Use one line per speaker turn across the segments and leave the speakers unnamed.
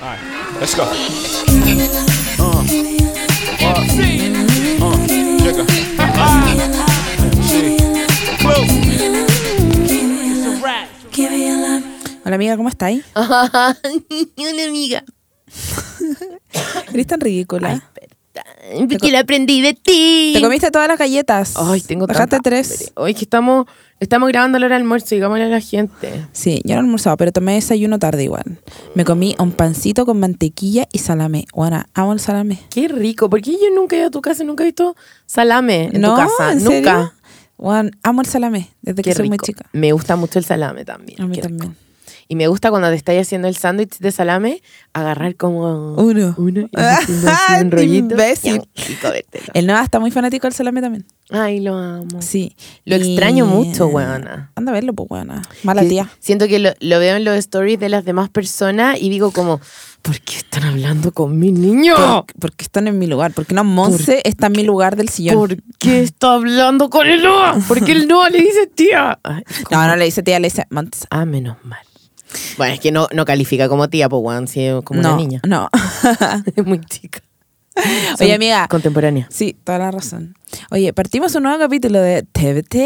All right, let's go. Uh, uh, uh, jigger. She- Blue.
Hola amiga, ¿cómo estáis?
Una amiga.
Eres tan ridícula.
Porque lo aprendí de ti.
Te comiste todas las galletas.
Ay, tengo
Bajaste
tanta
tres.
hambre. Ay, que estamos, estamos grabando a la hora del almuerzo, digámosle a la gente.
Sí, yo no he almorzado, pero tomé desayuno tarde igual. Me comí un pancito con mantequilla y salame. Buena, amo el salame.
Qué rico. Porque yo nunca he ido a tu casa, nunca he visto salame en tu casa.
¿en
nunca.
serio? Weón, amo el salame desde
Qué
que soy muy
rico.
chica.
Me gusta mucho el salame también.
A mí
Qué rico.
también.
Y me gusta cuando te estáis haciendo el sándwich de salame, agarrar como
Uno.
uno y haciendo así un rollito.
Imbécil.
Y comértelo.
El Nada está muy fanático del salame también.
Ay, lo amo.
Sí.
Lo extraño mucho, weona.
Anda a verlo, pues, weona. Mala
Que
tía.
Siento que lo, lo veo en los stories de las demás personas y digo como, ¿por qué están hablando con mi niño?
Porque, están en mi lugar. Porque no, Monse está en mi lugar del sillón.
¿Por qué está hablando con el Noah? ¿Por qué el Noah le dice tía? Ay,
No, no le dice tía, le dice Monse.
Ah, menos mal. Bueno, es que no, no califica como tía, pues, weón, si es como
no,
una niña.
No.
Es muy chica.
Oye,
Son
amiga.
Contemporánea.
Sí, toda la razón. Oye, partimos un nuevo capítulo de TVT,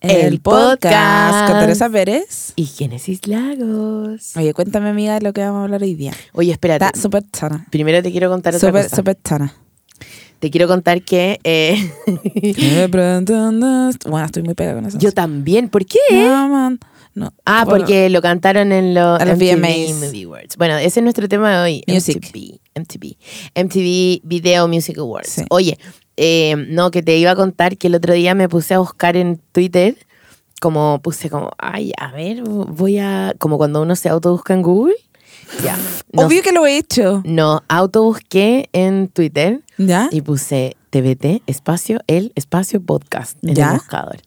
el,
El
podcast,
podcast.
con Teresa Pérez.
Y Génesis Lagos.
Oye, cuéntame, amiga, de lo que vamos a hablar hoy día.
Oye, espérate.
Está súper chana.
Primero te quiero contar otra
Súper,
cosa.
súper chana.
Te quiero contar que eh,
Me preguntas- Bueno, estoy muy pegada con eso.
yo también. ¿Por qué?
No, man. No.
Ah,
Bueno,
porque lo cantaron en los
En los
MTV
VMAs.
Movie Awards. Bueno, ese es nuestro tema de hoy.
Music.
MTV, MTV, MTV Video Music Awards.
Sí.
Oye, eh, no, que te iba a contar que el otro día me puse a buscar en Twitter, como puse como, ay, a ver, voy a, como cuando uno se autobusca en Google. Ya. No,
Obvio que lo he hecho.
no, autobusqué en Twitter
¿Ya?
y puse TBT, espacio, el espacio podcast en
¿Ya?
el buscador.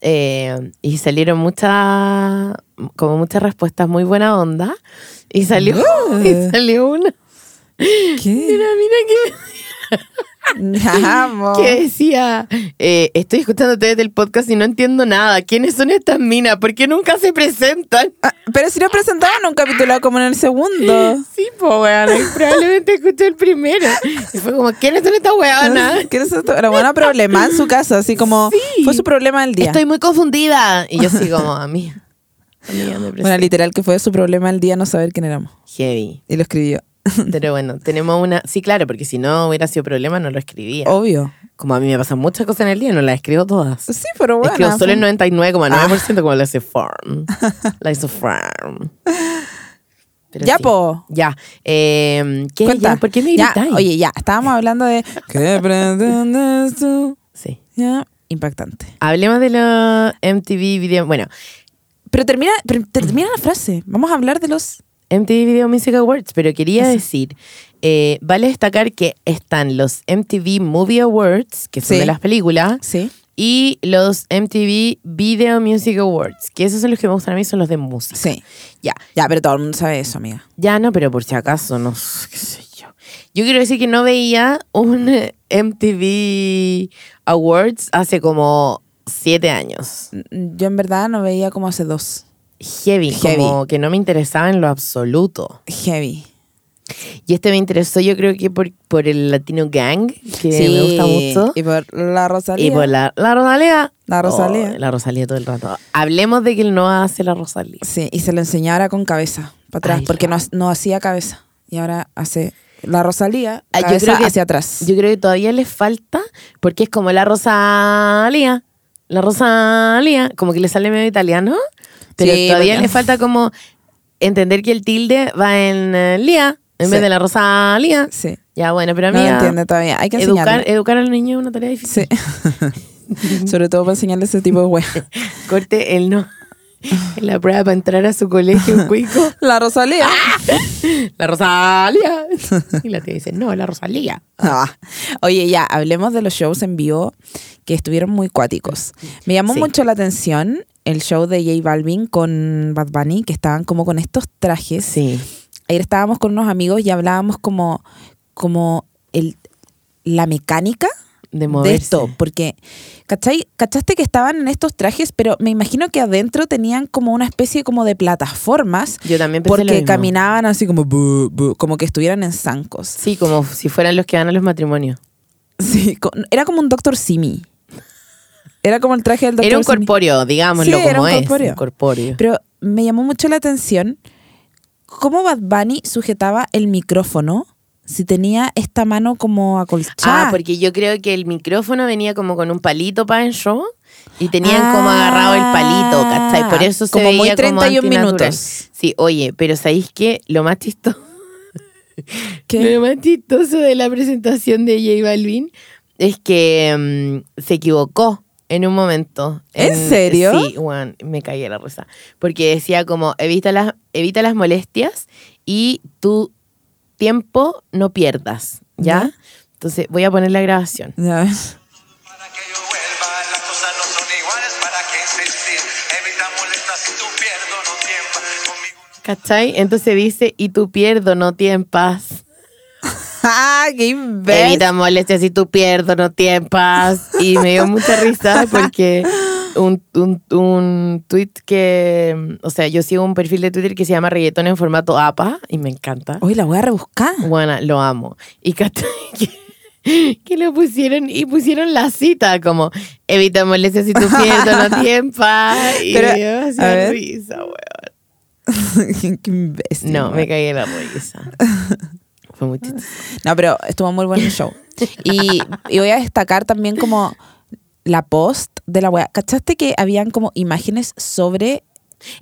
Eh, y salieron muchas, como muchas respuestas muy buena onda. Y salió, y salió una,
¿Qué?
una mina
Vamos.
que, que decía, eh, estoy escuchando TBT el podcast y no entiendo nada. ¿Quiénes son estas minas? ¿Por qué nunca se presentan?
Ah, pero si nos presentaban un capítulo como en el segundo.
Sí, po, weón, probablemente escuché el primero. Y fue como, ¿quiénes son estas weonas?
¿Qué es esto? Era bueno problema en su casa, así como
Sí.
fue su problema del día.
Estoy muy confundida. Y yo sí como, amiga. Amiga, me
Bueno,
presento.
literal que fue su problema el día no saber quién éramos.
Heavy.
Y lo escribió.
Pero bueno, tenemos una. Sí, claro, porque si no hubiera sido problema, no lo escribía.
Obvio.
Oh. Como a mí me pasan muchas cosas en el día, no las escribo todas.
Sí, pero bueno.
escribo solo
fue-
el 99,9% como la hace Farm. La hizo Farm. Pero
Ya,
sí.
po.
Ya. Eh, ¿Qué?
Cuenta.
Ya, ¿Por qué me
Ya,
gritáis?
Oye, ya, estábamos hablando de ¿Qué pretendes tú?
Sí.
Ya, impactante.
Hablemos de los MTV Video. Bueno,
Pero termina, pero termina la frase. Vamos a hablar de los
MTV Video Music Awards, pero quería decir, eh, vale destacar que están los MTV Movie Awards, que son
Sí.
de las películas.
Sí.
y los MTV Video Music Awards, que esos son los que me gustan a mí, son los de música.
Sí.
Ya,
Ya, pero todo el mundo sabe eso, amiga.
ya no, pero por si acaso, no sé, qué sé yo. Yo quiero decir que no veía un eh, MTV Awards hace como siete años.
N- Yo en verdad no veía como hace dos.
Heavy, como que no me interesaba en lo absoluto.
Heavy.
Y este me interesó yo creo que por, por el Latino Gang, que me gusta mucho.
Y por la Rosalía.
Y por la, la Rosalía.
La Rosalía.
Oh, la Rosalía todo el rato. Hablemos de que él no hace la Rosalía.
Sí, y se lo enseñara con cabeza, para atrás,
Ay,
porque
la-
no, ha- no hacía cabeza. Y ahora hace la Rosalía,
Ah,
cabeza hacia atrás.
Yo creo que todavía les falta porque es como la Rosalía. La Rosalía, como que le sale medio italiano, pero
Sí,
todavía
porque-
le falta como entender que el tilde va en eh, Lía en
Sí.
vez de la Rosalía.
Sí.
Ya bueno, pero a
No lo entiende todavía. Hay que
educar,
enseñarle.
educar al niño es una tarea difícil.
Sí. Sobre todo para enseñarle ese tipo de wea.
Corte el no. La prueba para entrar a su colegio cuico.
La Rosalía.
La Rosalía. Y la tía dice, no, la Rosalía.
Ah. Oye, ya, hablemos de los shows en vivo que estuvieron muy cuáticos. Me llamó
Sí.
mucho la atención el show de J Balvin con Bad Bunny, que estaban como con estos trajes.
Sí.
Ayer estábamos con unos amigos y hablábamos como, como el, la mecánica
de moverse.
de esto, porque, ¿cachai? ¿Cachaste que estaban en estos trajes? Pero me imagino que adentro tenían como una especie como de plataformas,
Yo también pensé lo
porque
mismo.
caminaban así como, bu, bu, como que estuvieran en zancos.
Sí, como si fueran los que van a los matrimonios.
Sí, co- era como un Doctor Simi. Era como el traje del Doctor
Era un
Simi.
corpóreo, digámoslo
Sí,
como
era un
es.
corpóreo.
Un corpóreo.
Pero me llamó mucho la atención cómo Bad Bunny sujetaba el micrófono si tenía esta mano como acolchada.
Ah, porque yo creo que el micrófono venía como con un palito pancho y tenían como agarrado el palito, ¿cachai? Por eso se
Ah. Como muy
veía
31
antinatural.
minutos.
Sí, oye, pero ¿sabéis qué? Lo más chistoso,
¿Qué?
lo más chistoso de la presentación de J Balvin es que mm, se equivocó en un momento.
¿En serio?
Sí, weón, me cagué la risa. Porque decía como, evita las, evita las molestias y tu tiempo no pierdas, ¿ya?
Ya.
Entonces voy a poner la grabación.
Ya.
Para que yo vuelva, las cosas no son iguales, para que insistir. Evita molestas si tú pierdo, no tiempo. Conmigo no
¿Cachai? Entonces dice, y tú pierdo, no tienes paz.
¡Ah, qué imbécil!
Evita molestias y tú pierdo, no tienes paz. Y me dio mucha risa porque un, un, un tweet que, o sea, yo sigo un perfil de Twitter que se llama reggaetón en formato APA y me encanta.
Uy, la voy a rebuscar.
Bueno, lo amo. Y ¿cachai? que, que lo pusieron y pusieron la cita como, evita molestias y tú pierdo, no tienes paz. Y
Pero,
me dio
a
mucha
ver.
risa, weón.
qué imbécil.
No, me
weón.
caí en la risa. Fue muy chistoso.
No, pero estuvo muy bueno el show. Y, y voy a destacar también como la post de la weá. ¿Cachaste que habían como imágenes sobre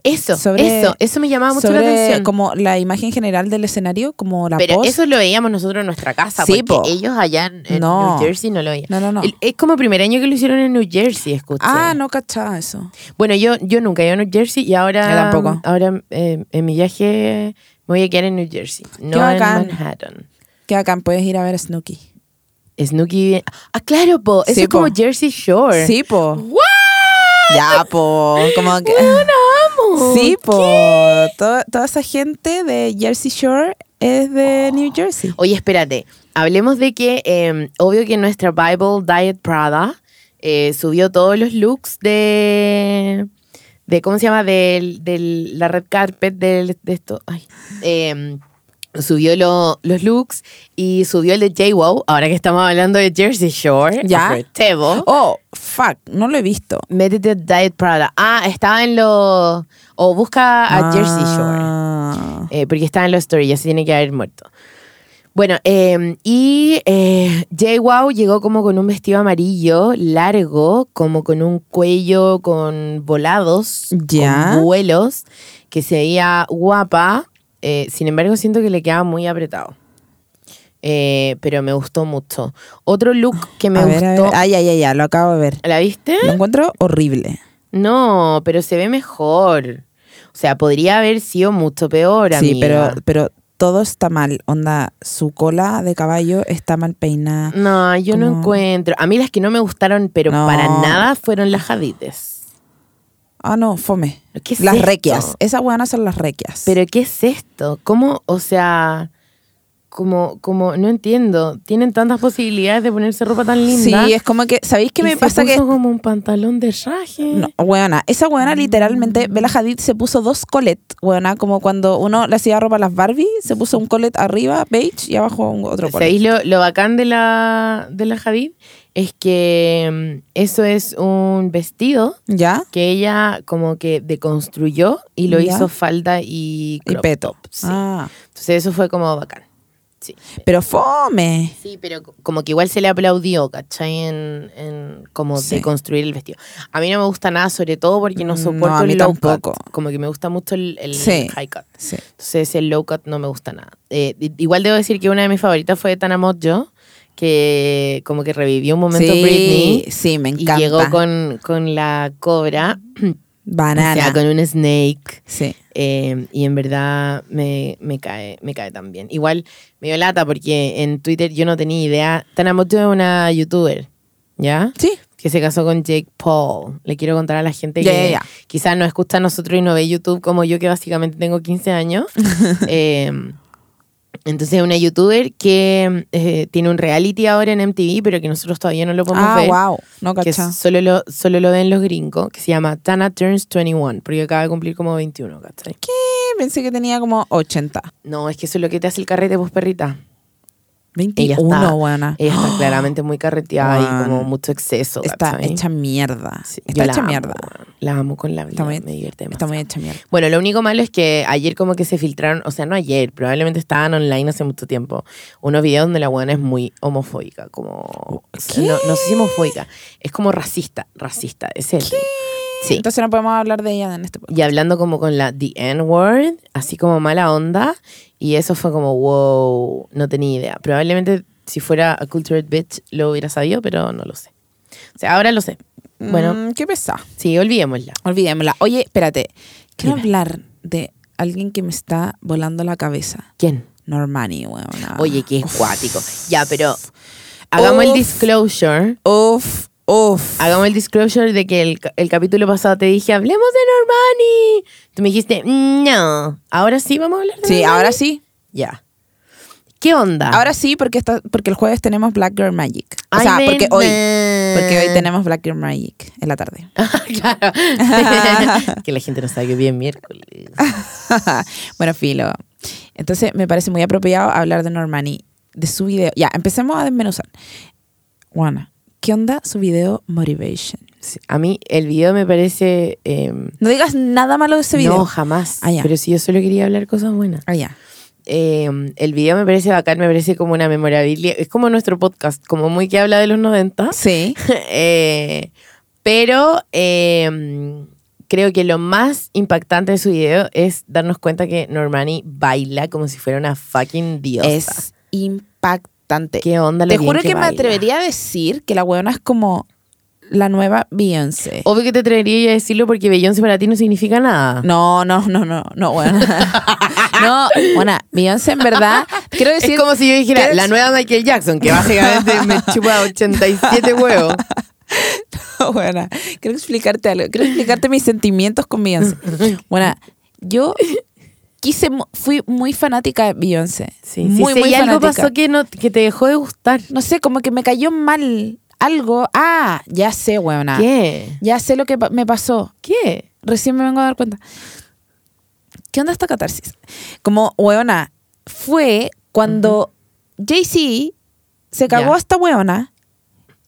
Eso,
Sobre-
eso, eso me llamaba mucho la
sobre
atención.
como la imagen general del escenario, como la
pero
post.
eso lo veíamos nosotros en nuestra casa,
Sí,
porque
po.
ellos allá en, en
No.
New Jersey no lo veían.
No, no, no.
El- Es como primer año que lo hicieron en New Jersey, escuché.
ah, no cachaba eso.
Bueno, yo, yo nunca he ido a New Jersey y ahora,
Yo tampoco.
ahora eh, en mi viaje me voy a quedar en New Jersey, no en
bacán.
Manhattan.
Que acá puedes ir a ver Snooki.
Snooki. Ah, claro, po. Eso
Sí,
es como
po.
Jersey Shore.
Sí, po.
¡Wow!
Ya, po. Como que.
¡Weona, amo!
Sí, po. Toda, toda esa gente de Jersey Shore es de New Jersey.
Oye, espérate. Hablemos de que, eh, obvio que nuestra Bible Diet Prada eh, subió todos los looks de. de ¿Cómo se llama? Del, del- la red carpet del, de esto. Ay. Eh, subió lo- los looks y subió el de J-Wow. Ahora que estamos hablando de Jersey Shore.
Ya.
Affordable.
Oh, fuck. No lo he visto.
Métete a Diet Prada. Ah, estaba en los. O busca
Ah.
a Jersey Shore.
Shore.
Eh, porque estaba en los stories, ya se tiene que haber muerto. Bueno, eh, y eh, Jay Wow llegó como con un vestido amarillo largo, como con un cuello con volados,
Ya.
con vuelos, que se veía guapa. Eh, sin embargo, siento que le quedaba muy apretado. Eh, pero me gustó mucho. Otro look que me
a
gustó.
ver, a ver. Ay, ay, ay, ya, lo acabo de ver.
¿La viste?
Lo encuentro horrible.
No, pero se ve mejor. O sea, podría haber sido mucho peor.
Sí, pero,
amiga.
pero todo está mal. Onda, su cola de caballo está mal peinada.
No, yo no
como-
encuentro. A mí las que no me gustaron, pero
No.
para nada, fueron las jadites.
Ah, no, fome.
¿Qué es
las
esto?
requias. Esas buenas son las requias.
Pero ¿qué es esto? ¿Cómo? O sea, como, como, no entiendo. Tienen tantas posibilidades de ponerse ropa tan
sí,
linda.
es como que, ¿sabéis qué
Y
me
se
pasa? Que
puso como un pantalón de raje.
No, weona, esa weona literalmente, Bella Hadid se puso dos colet, weona, como cuando uno le hacía ropa a las Barbie, se puso un colet arriba, beige, y abajo un otro colet.
¿Sabéis lo, lo bacán de la, de la Hadid? Es que mm, eso es un vestido
¿Ya?
que ella como que deconstruyó y lo
Ya.
hizo falda y
Y
crop
peto.
top, sí.
Ah,
Entonces eso fue como bacán. Sí.
pero fome.
Sí, pero co- como que igual se le aplaudió, ¿cachai? En, en como
Sí. Mm,
de construir el vestido. A mí no me gusta nada, sobre todo porque no
No,
soporto
a mí
el low cut.
tampoco.
Como que me gusta mucho el, el
Sí.
high cut.
Sí.
Entonces el low cut no me gusta nada. Eh, i- igual debo decir que una de mis favoritas fue Tana Mojo, que como que revivió un momento
sí,
Britney.
sí, me
Y
encanta.
llegó con, con la cobra, o
banana.
sea, con un snake.
Sí.
Eh, y en verdad me, me cae me cae también. Igual me dio lata porque en Twitter yo no tenía idea. Tanamoto es una youtuber, ¿ya?
Sí.
Que se casó con Jake Paul. Le quiero contar a la gente
Ya,
que
ya, ya.
quizás no escucha a nosotros y no ve YouTube como yo, que básicamente tengo 15 años. Eh, Entonces, una youtuber que eh, tiene un reality ahora en MTV, pero que nosotros todavía no lo podemos
Ah,
ver.
wow. No,
que
cachá.
solo lo, solo lo ven los gringos, que se llama Tana Turns 21, porque acaba de cumplir como 21, ¿cachai?
Eh, Pensé que tenía como 80.
No, es que eso es lo que te hace el carrete, vos perrita. Ella
21,
está,
buena.
ella está claramente muy carreteada y
Weón.
como mucho exceso,
Está
¿cachai?
hecha mierda.
Sí, yo
está
la
hecha
amo,
mierda.
weón. La amo con la vida,
Está muy,
me divierte demasiado.
está muy hecha mierda.
Bueno, lo único malo es que ayer como que se filtraron, o sea, no ayer, probablemente estaban online hace mucho tiempo, unos videos donde la buena es muy homofóbica,
Uh,
como... o sea, No, no sé si homofóbica, es como racista, racista, es el... Sí.
Entonces no podemos hablar de ella en este podcast.
Y hablando como con la The N-word, así como mala onda, y eso fue como, wow, no tenía idea. Probablemente si fuera a Cultured Bitch lo hubiera sabido, pero no lo sé. O sea, ahora lo sé. Bueno,
Mm, qué pesada.
sí, olvidémosla.
Olvidémosla. Oye, espérate. Quiero hablar de alguien que me está volando la cabeza.
¿Quién?
Normani, weona.
Oye, que es cuático. Ya, pero hagamos el
Ah. Uf.
disclosure.
Uf, uf.
Hagamos el disclosure de que el, ca- el capítulo pasado te dije, hablemos de Normani. Tú me dijiste, "Mm, no. Ahora sí vamos a hablar de
Sí,
Normani?".
ahora sí.
Ya. ¿Qué onda?
Ahora sí, porque, está, porque el jueves tenemos Black Girl Magic. O
Ah. Ay,
sea, porque hoy.
verdad.
Porque hoy tenemos Black Girl Magic en la tarde.
claro. que la gente no sabe que bien miércoles.
bueno, filo. Entonces me parece muy apropiado hablar de Normani, de su video. Ya, empecemos a desmenuzar. Juana, ¿qué onda su video Motivation?
Sí, A mí el video me parece. em,
No digas nada malo de ese video.
no, jamás.
Ah, ya.
Pero si yo solo quería hablar cosas buenas.
Ah, ya.
Em, el video me parece bacán, me parece como una memorabilia. Es como nuestro podcast, como muy que habla de los 90.
Sí.
Eh, pero em, creo que lo más impactante de su video es darnos cuenta que Normani baila como si fuera una fucking diosa.
Es impactante.
¿Qué onda lo
Te
bien
juro que, me
baila?
atrevería a decir que la weona es como la nueva Beyoncé.
Obvio que te atrevería a decirlo porque Beyoncé para ti no significa nada.
No, no, no, no, no, bueno. no, bueno, Beyoncé en verdad, quiero decir...
es como si yo dijera
quiero
la
decir-
nueva Michael Jackson, que básicamente me chupa 87 huevos.
Bueno, quiero explicarte algo. Quiero explicarte mis sentimientos con Beyoncé. Bueno, yo quise, mu- fui muy fanática de Beyoncé.
Sí,
muy,
sí,
muy
y algo
fanática.
pasó que, no, que te dejó de gustar.
No sé, como que me cayó mal algo. Ah, ya sé, weona.
¿Qué?
Ya sé lo que pa- me pasó.
¿Qué?
Recién me vengo a dar cuenta. ¿Qué onda esta catarsis? Como, weona, fue cuando Jay-Z se cagó
Ya.
a esta weona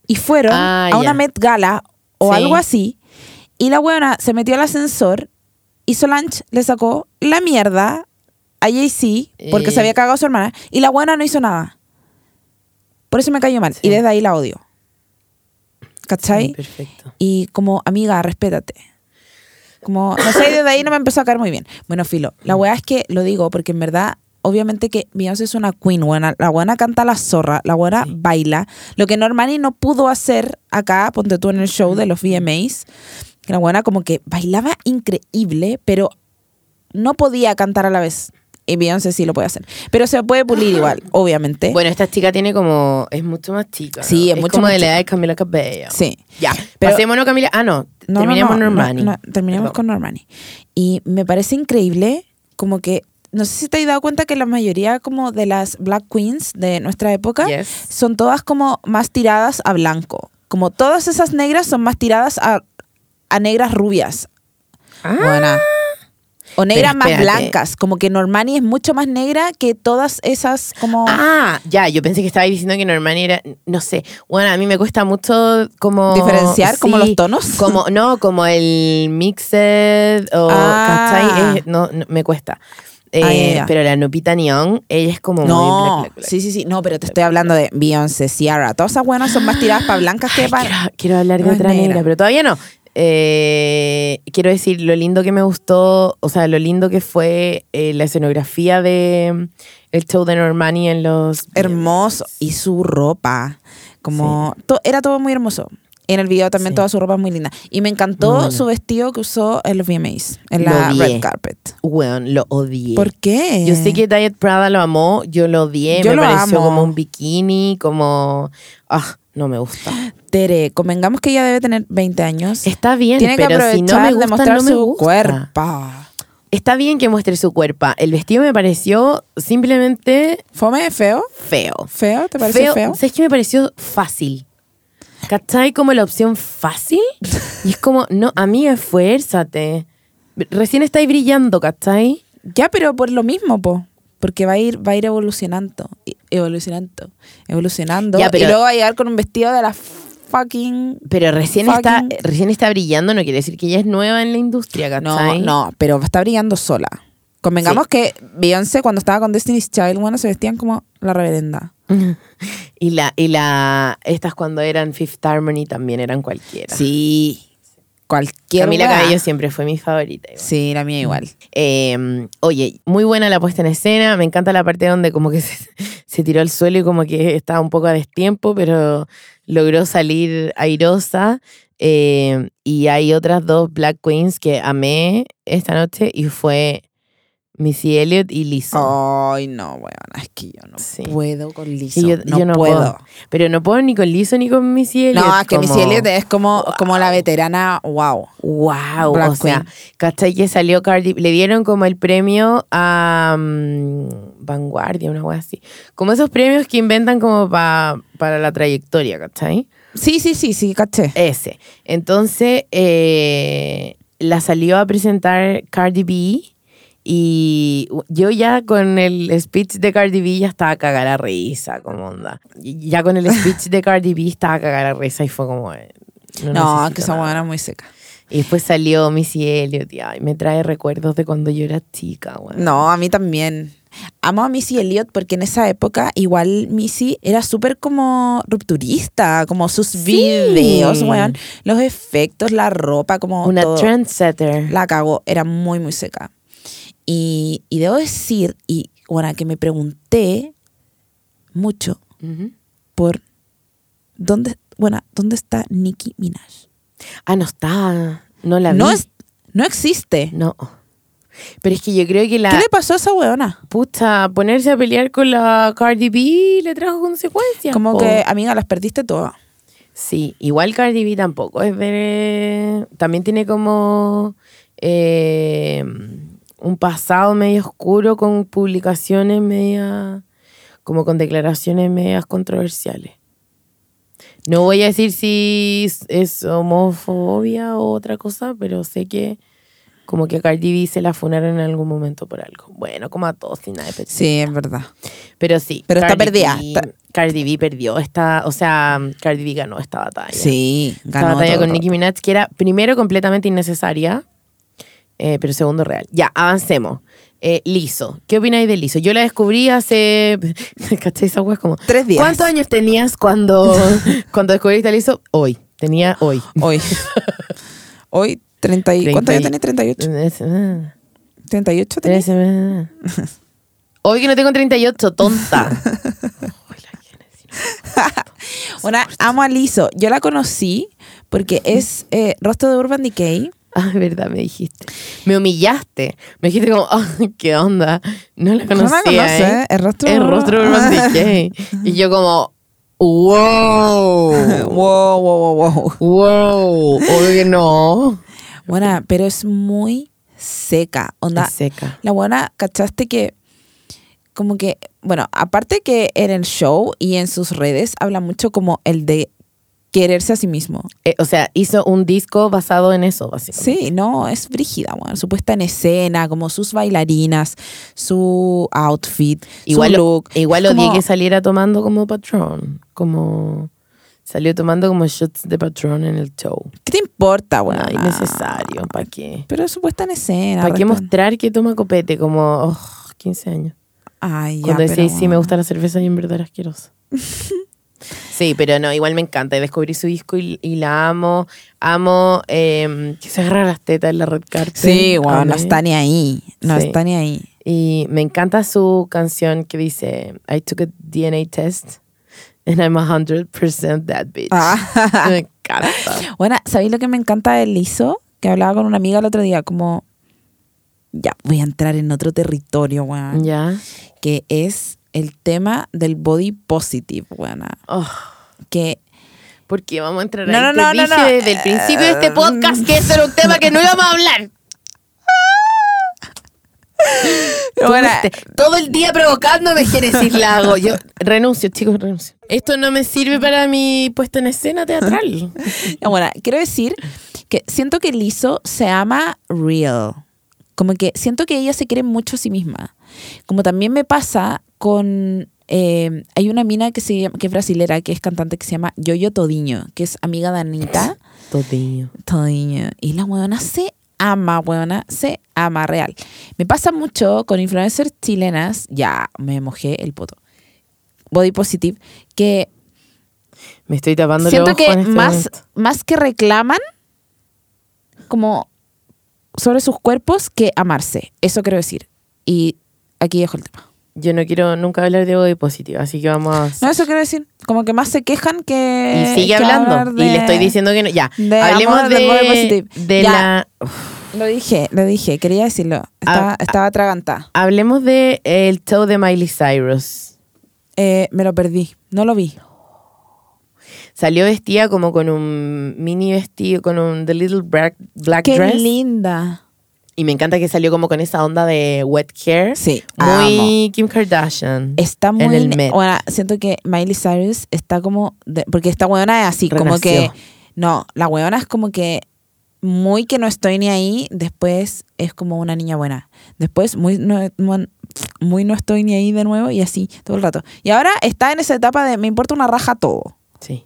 y fueron
Ah,
a
ya.
una Met Gala o
Sí.
algo así. Y la weona se metió al ascensor y Solange le sacó la mierda a Jay-Z porque
Eh.
se había cagado a su hermana. Y la weona no hizo nada. Por eso me cayó mal. Y desde ahí la odio. ¿Cachai?
Sí, perfecto.
Y como, amiga, respétate. Como, no sé, desde ahí no me empezó a caer muy bien. Bueno, filo, la weá es que lo digo porque en verdad, obviamente que Beyoncé es una queen, buena. La buena canta la zorra, la buena baila. Lo que Normani no pudo hacer acá, ponte tú en el show de los VMAs, que la buena como que bailaba increíble, pero no podía cantar a la vez. Y Beyoncé sí lo puede hacer. Pero se puede pulir igual, obviamente.
Bueno, esta chica tiene como. Es mucho más chica. ¿no?
¿Eh? Sí, es mucho
como
más
de la
chica.
edad de Camila Cabello.
sí.
Ya.
Pero-
Pasémonos, Camila. Ah, no.
No, no,
terminemos
no, no,
Normani.
no, terminemos
Perdón.
con Normani. Y me parece increíble, como que, no sé si te has dado cuenta que la mayoría como de las Black Queens de nuestra época
Yes.
son todas como más tiradas a blanco. Como todas esas negras son más tiradas a, a negras rubias.
Ah.
Buena. O negras más
espérate.
blancas. Como que Normani es mucho más negra que todas esas como...
Ah, ya, yo pensé que estaba diciendo que Normani era, no sé, bueno, a mí me cuesta mucho como...
¿Diferenciar como los tonos?
Como, no, como el mixed o...
Ah.
¿cachai? Es- no, no, me cuesta. Eh,
Ah, ya, ya.
Pero la Nupita Neon, ella es como muy...
No,
black, black, black.
sí, sí, sí. No, pero te estoy hablando de Beyoncé, Ciara. Todas esas buenas son más tiradas para blancas que para...
Quiero, quiero hablar de
No es
otra negra.
negra.
pero todavía no. Eh, quiero decir lo lindo que me gustó, o sea, lo lindo que fue eh, la escenografía de mm, el show de Normani en los...
hermoso y su ropa como to- era todo muy hermoso en el video también
Sí.
toda su ropa es muy linda y me encantó
Muy buena.
su vestido que usó en los VMAs en
Lo
la
odié.
red carpet
Weón, lo odié.
¿por qué?
Yo sé que Diet Prada lo amó, yo lo odié,
Eh. Yo
me
lo
pareció
amo.
como un bikini, como... Ah, no me gusta.
Tere convengamos que ella debe tener 20 años
Está bien,
tiene que
pero
aprovechar
si no me
de
gusta,
mostrar
no me
su
gusta.
cuerpo
está bien que muestre su cuerpo. El vestido me pareció simplemente
¿Fome? ¿Feo?
feo.
¿Feo? ¿Te parece feo?
¿Sabes qué me pareció fácil? ¿Cachai? Como la opción fácil. Y es como, no, amiga, esfuérzate. Recién estáis brillando, ¿cachai?
Ya, pero por lo mismo, po. Porque va a ir, va a ir evolucionando. y- Evolucionando. Evolucionando.
Ya, pero-
y luego va a llegar con un vestido de la fucking.
Pero recién está,
Fucking-
recién está brillando, no quiere decir que ella es nueva en la industria,
No,
¿cachai?
no, pero está brillando sola. Convengamos que Beyoncé, cuando estaba con Destiny's Child, bueno, se vestían como la reverenda.
Y la, y la, estas cuando eran Fifth Harmony también eran cualquiera.
Sí. Cualquier.
Camila
weá.
Cabello siempre fue mi favorita. igual.
Sí, la mía igual.
Eh, oye, muy buena la puesta en escena. Me encanta la parte donde como que se, se tiró al suelo y como que estaba un poco a destiempo, pero logró salir airosa. Eh, y hay otras dos Black Queens que amé esta noche y fue Missy Elliott y Lizzo.
Ay, no, weón. Es que yo no
Sí.
puedo con Lizzo.
Sí, yo-
no,
yo no
puedo.
puedo. Pero no puedo ni con Lizzo ni con Missy Elliott.
No, es que Missy
como-
Elliott es como, como la veterana, wow.
Wow,
Black
o sea,
Queen.
¿cachai que salió Cardi? Le dieron como el premio a mm, Vanguardia, una wea así. Como esos premios que inventan como pa- para la trayectoria, ¿cachai?
Sí, sí, sí, sí, caché.
Ese. Entonces, eh, la salió a presentar Cardi B y yo ya con el speech de Cardi B ya estaba a cagar la risa, como onda. Y Ya con el speech de Cardi B estaba a cagar la risa y fue como... eh,
no,
necesito
que esa
nada.
weón es muy seca.
Y después salió Missy Elliott y ay, me trae recuerdos de cuando yo era chica, weón.
No, a mí también. Amo a Missy Elliott porque en esa época igual Missy era súper como rupturista, como sus videos, weón, los efectos, la ropa, como
Una
todo.
trendsetter.
La cagó, era muy, muy seca. Y, y debo decir, y bueno, que me pregunté mucho
Ujú.
por dónde, bueno, ¿dónde está Nicki Minaj?
Ah, no está. No la vi.
No, es, no existe.
No. Pero es que yo creo que la
¿Qué le pasó a esa weona?
puta ponerse a pelear con la Cardi B le trajo consecuencias.
Como
po.
que, amiga, las perdiste todas.
Sí, igual Cardi B tampoco es de... También tiene como eh, un pasado medio oscuro con publicaciones media... como con declaraciones medias controversiales. No voy a decir si es- es homofobia o otra cosa, pero sé que como que a Cardi B se la funaron en algún momento por algo. Bueno, como a todos y nada. pero-
Sí, es verdad.
Pero sí.
Pero está
Cardi
perdida,
B-
está-
Cardi B perdió esta, o sea, Cardi B ganó esta batalla.
Sí,
Esta
ganó
batalla
todo
con
el
Nicki
rato.
Minaj, que era primero completamente innecesaria, eh, pero segundo real. Ya, avancemos. Eh, Liso, ¿qué opináis de Liso? Yo la descubrí hace. ¿Cachai esa wea? Como.
Tres días.
¿Cuántos años tenías cuando, cuando descubriste a Liso? Hoy. Tenía hoy.
Hoy. Hoy, 30 y... ¿Cuánto años tenés? 38.
38.
38 tenés.
Trece meses. Hoy que no tengo 38, tonta.
Una, amo a Liso. Yo la conocí porque es eh, rostro de Urban Decay.
Ah, verdad, me dijiste. Me humillaste. Me dijiste como, ah, ¿qué onda? No
No
la
la
conocía,
conoce,
¿eh?
el rostro-
El rostro de Urban Decay. Y yo como, wow.
wow, wow, wow, wow.
Wow. Obvio que no.
Buena, pero es muy seca. Onda,
Es seca.
La buena, ¿cachaste que? Como que, bueno, aparte que en el show y en sus redes habla mucho como el de quererse a sí mismo.
Eh, o sea, hizo un disco basado en eso, básicamente.
Sí, no, es brígida, bueno, su puesta en escena, como sus bailarinas, su outfit,
Igual,
su look.
igual
Es
odié
como-
que saliera tomando como patrón. Como. Salió tomando como shots de patrón en el show.
¿Qué te importa, bueno?
Ay, necesario. ¿Para qué?
Pero su puesta en escena.
¿Para qué
respeto.
mostrar que toma copete? Como, oh, 15 años.
Ay, ya,
Cuando
pero,
decís, sí, me
bueno.
gusta la cerveza y en verdad era asquerosa. sí, pero no, igual me encanta. Y Descubrí su disco y, y la amo. Amo eh, que se agarra las tetas en la red carpet.
Sí, bueno, no
Amé.
está ni ahí. No
¿eh?" Sí.
está ni ahí.
Y me encanta su canción que dice, I took a DNA test and I'm 100% that bitch.
Ah.
me encanta.
Bueno, ¿sabéis lo que me encanta de Lizo? Que hablaba con una amiga el otro día, como, ya, voy a entrar en otro territorio, weón.
¿Ya?
Que es el tema del body positive, weón.
Oh,
Que,
porque vamos a entrar
No,
ahí.
no,
Te
no, no,
dije
no.
este desde el principio de este podcast que ese era un tema que no íbamos a hablar. Tú
Bueno,
me estés todo el día provocándome, Génesis Lago. Yo renuncio, chicos, renuncio. Esto no me sirve para mi puesta en escena teatral.
ya, bueno, quiero decir que siento que Lizzo se ama real. Como que siento que ella se quiere mucho a sí misma. Como también me pasa con... eh, hay una mina que, se llama- que es brasilera, que es cantante, que se llama Yoyo Todiño, que es amiga de Anita.
Todillo.
Toño. Y la huevona se ama, huevona, se ama real. Me pasa mucho con influencers chilenas, ya me mojé el poto. Body Positive, que
Me estoy tapando
siento
los ojos
que
en este
más,
momento.
más que reclaman como sobre sus cuerpos que amarse. Eso quiero decir. Y aquí dejo el tema.
Yo no quiero nunca hablar de body positive, así que vamos a...
No, eso quiero decir. Como que más se quejan que.
y sigue
que
hablando.
hablar de-
Y le estoy diciendo que no. Ya,
de
hablemos
amor,
de,
de body positive.
de
Ya.
la...
Lo dije, lo dije. Quería decirlo. Estaba,
Ah,
estaba atragantada.
Hablemos de el show de Miley Cyrus.
Eh, me lo perdí, no lo vi.
Salió vestida como con un mini vestido, con un The Little Black, black
Qué
Dress.
linda.
Y me encanta que salió como con esa onda de wet hair.
Sí,
Muy Kim Kardashian.
Está muy.
En el Met.
Bueno, siento que Miley Cyrus está como. de- porque esta weona es así, como que.
Renació.
No, la weona es como que. Muy que no estoy ni ahí, después es como una niña buena. Después, muy no, mon- muy no estoy ni ahí de nuevo y así todo el rato. Y ahora está en esa etapa de me importa una raja todo.
Sí.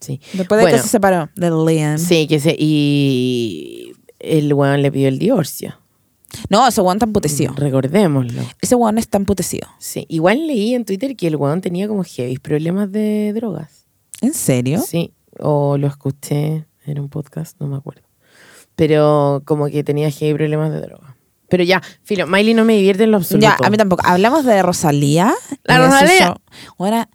Sí.
Después de
Bueno,
que se separó de Liam.
Sí, que se. Y el weón le pidió el divorcio.
No, ese weón está emputecido.
Recordémoslo.
Ese weón está emputecido.
Sí. Igual leí en Twitter que el weón tenía como heavy problemas de drogas.
¿En serio?
Sí. O lo escuché en un podcast, no me acuerdo. Pero como que tenía heavy problemas de drogas. Pero ya, filo, Miley no me divierte en lo absoluto.
Ya, a mí tampoco. Hablamos de Rosalía.
La
y de su
Rosalía.
show. Ahora,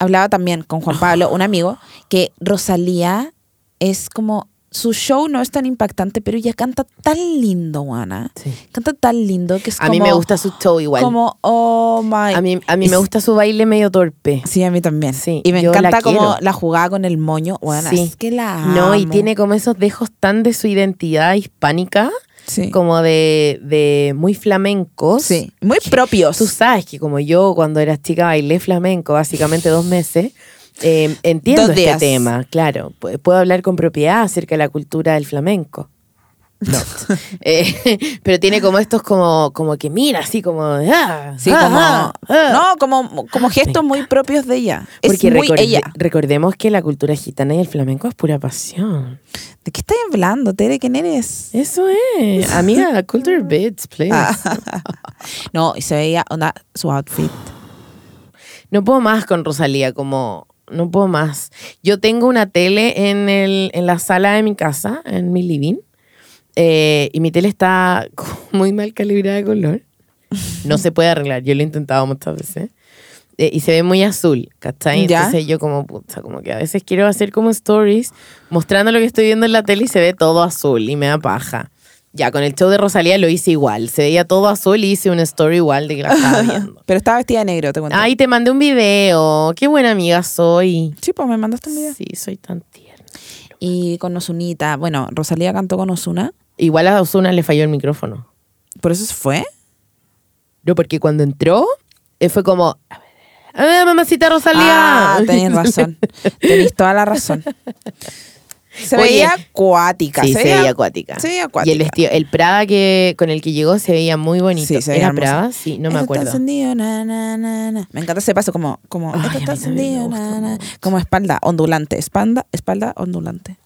hablaba también con Juan Pablo, un amigo, que Rosalía es como. Su show no es tan impactante, pero ella canta tan lindo, Juana.
Sí.
Canta tan lindo que es
A mí
como-
me gusta su show igual.
Como, oh my.
a mí, a mí me
Es-
gusta su baile medio torpe.
Sí, a mí también.
Sí,
y me
yo la
encanta como
quiero.
la jugada con el moño. Juana,
Sí.
es que la.
No, y
amo.
tiene como esos dejos tan de su identidad hispánica,
Sí.
como de, de muy flamencos.
Sí, Muy propios.
Tú sabes que como yo cuando era chica bailé flamenco básicamente dos meses, eh, entiendo
Dos
este
días.
tema, claro. Pu- Puedo hablar con propiedad acerca de la cultura del flamenco. No. Eh, pero tiene como estos como, como que mira, así como... ah,
Sí,
ah,
como.
ah, ah.
No, como, como gestos muy propios de ella. Es
Porque
muy
recorde-
ella.
recordemos que la cultura gitana y el flamenco es pura pasión.
¿De qué estás hablando, Tere? ¿Quién eres?
Eso es. Amiga, culture bits, please.
Ah. No, y se veía onda, su outfit.
No puedo más con Rosalía, como. No puedo más. Yo tengo una tele en, el, en la sala de mi casa, en mi living, eh, y mi tele está como muy mal calibrada de color. No se puede arreglar, yo lo he intentado muchas veces. eh, y se ve muy azul, ¿cachai?
Ya.
Entonces yo como, puta, como que a veces quiero hacer como stories mostrando lo que estoy viendo en la tele y se ve todo azul y me da paja. Ya, con el show de Rosalía lo hice igual. Se veía todo azul y hice una story igual de que la estaba viendo.
Pero estaba vestida de negro, te cuento.
Ay, te mandé un video. Qué buena amiga soy.
Sí, pues me mandaste un video.
Sí, soy tan tierna.
Y con Osunita. Bueno, Rosalía cantó con Osuna.
Igual a Osuna le falló el micrófono.
¿Por eso se fue?
No, porque cuando entró, eh, fue como. ¡Ah, mamacita Rosalía!
Ah, tenés razón. Tenés toda la razón. Se
Oye.
veía acuática.
Sí, se veía acuática.
Se veía
Y
acuática.
el vestido, el Prada que, con el que llegó se veía muy bonito.
Sí, se veía
¿Era
hermoso.
Prada? Sí, no me
Esto
acuerdo.
Está encendido, na, na, na, na. Me encanta ese paso, como, como,
Ay,
esto
a mí
está
también me
encendido,
gusta
na, na.
mucho.
como espalda ondulante, espalda, espalda ondulante.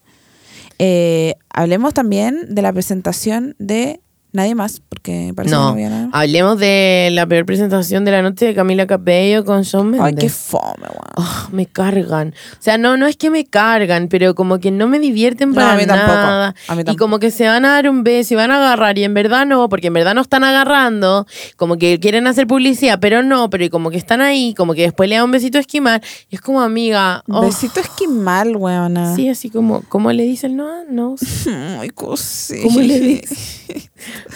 Eh, hablemos también de la presentación de nadie más, porque parece que no
No,
había nada. más.
hablemos de la peor presentación de la noche de Camila Cabello con Shawn Mendes.
Ay, qué fome, weón.
Ah, me cargan. O sea, no, no es que me cargan, pero como que no me divierten
No,
para
a mí tampoco.
nada.
A mí
y
tampoco.
como que se van a dar un beso y van a agarrar y en verdad no, porque en verdad no están agarrando, como que quieren hacer publicidad, pero no, pero y como que están ahí, como que después le dan un besito a esquimar y es como amiga. oh,
Besito esquimal, weona.
Sí, así como, ¿cómo le dicen no? No. sé.
Ay, cosí.
¿Cómo le dice?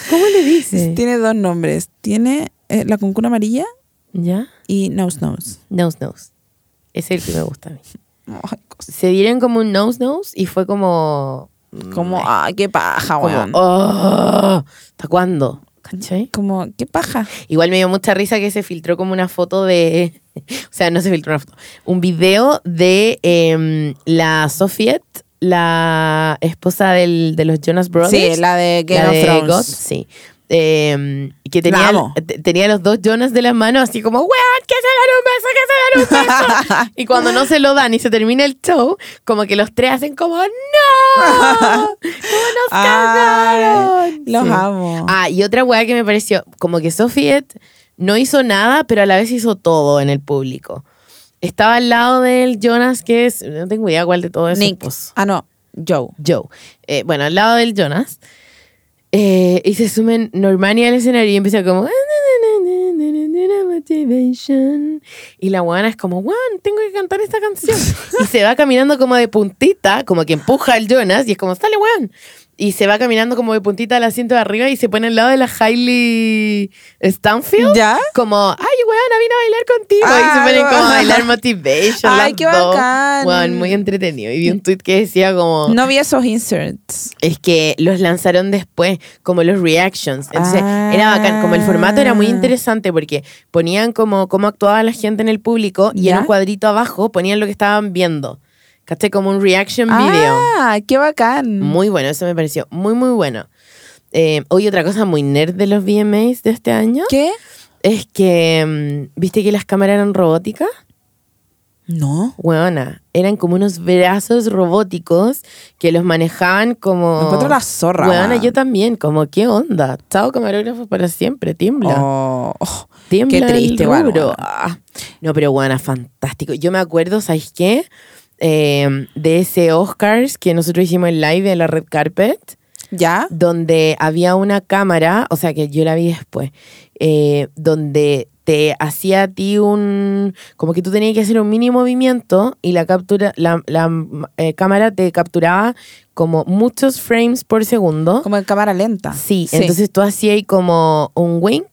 ¿Cómo le dicen?
Tiene dos nombres. Tiene eh, la concuna amarilla
¿Ya?
y Nose Nose.
Nose Nose. Ese es el que me gusta a mí.
Ay, cosí.
Se dieron como un nose nose y fue como
Como, ay, qué paja,
Mm. Como,
weón.
"Oh, ¿hasta cuándo? ¿Cachai?
Como, qué paja.
Igual me dio mucha risa que se filtró como una foto de. O sea, no se filtró una foto. Un video de em, la Sofiet, la esposa del- de los Jonas Brothers.
Sí, la de Game
la
of
de
Thrones.
God, sí. Em, que tenía,
amo.
te- tenía los dos Jonas de las manos así como, weón, que se dan un beso, que se dan un beso. y cuando no se lo dan y se termina el show, como que los tres hacen como, no, ¿cómo nos
Ay,
cagaron?
los
Sí.
amo.
Ah, y otra weá que me pareció, como que Sofiet no hizo nada, pero a la vez hizo todo en el público. Estaba al lado del Jonas, que es, no tengo idea cuál de todo es. su
Nick.
esposo.
Ah, no. Joe.
Joe. Eh, bueno, al lado del Jonas. Eh, y se sumen Normani al escenario y empieza como. "Ah, "Motivation". Y la guana es como, Juan, tengo que cantar esta canción. Y se va caminando como de puntita, como que empuja al Jonas y es como, sale, Juan. Y se va caminando como de puntita al asiento de arriba y se pone al lado de la Hailey Stanfield.
¿Ya?
Como, ay, weón, vino a bailar contigo. y se
Ay,
ponen como a
weón.
bailar motivation.
Ay,
las
qué
dos.
bacán.
Weón, muy entretenido. Y vi un tweet que decía como.
No vi esos inserts.
Es que los lanzaron después, como los reactions. Entonces
Ah.
era bacán. Como el formato era muy interesante porque ponían como cómo actuaba la gente en el público y en
¿Ya?
un cuadrito abajo ponían lo que estaban viendo. ¿Caché? Como un reaction video.
Ah, qué bacán.
Muy bueno, eso me pareció muy, muy bueno. Eh, hoy otra cosa muy nerd de los VMAs de este año
¿Qué?
es que, mm, ¿viste que las cámaras eran robóticas?
No.
Huevona, eran como unos brazos robóticos que los manejaban como...
Me encuentro la zorra,
Huevona,
weón.
yo también, como, ¿qué onda? Chao camarógrafo para siempre, tiembla.
Oh, oh,
tiembla
qué triste,
el
igual,
rubro.
weón.
Ah, No, pero huevona, fantástico. Yo me acuerdo, ¿sabes qué? Eh, de ese Oscars que nosotros hicimos en live en la red carpet
¿Ya?
donde había una cámara, o sea que yo la vi después, eh, donde te hacía a ti un, como que tú tenías que hacer un mini movimiento y la captura, la, la, mm, eh, cámara te capturaba como muchos frames por segundo.
Como en cámara lenta.
Sí, entonces tú hacías ahí como un wink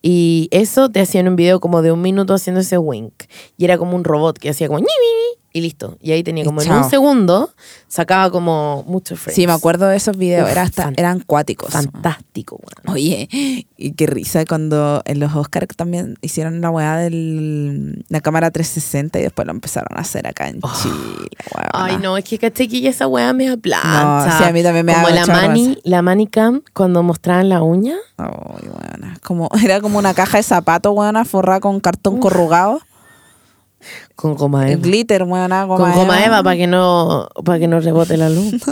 y eso te hacían un video como de un minuto haciendo ese wink. Y era como un robot que hacía como ñi, ñi, ñi, y listo. Y ahí tenía
Y
como en
chao.
un segundo sacaba como muchos frames.
Sí, me acuerdo de esos videos.
Uf,
Era hasta-
fan-
eran cuáticos.
Fantástico, weón.
Oye, y qué risa cuando en los Oscars también hicieron la weá de la cámara 360 y después lo empezaron a hacer acá en Chile. weona.
Ay, no, es que caché que ya esa weá me aplasta.
No, sí, a mí también me da
Como la
mucha
mani, la manicam cuando mostraban la uña.
Ay, weona. Como, era como una caja de zapatos, weona, forrada con cartón corrugado.
Con goma
El
eva.
glitter, weona, goma
con goma
eva.
eva, para que no para que no rebote la luz.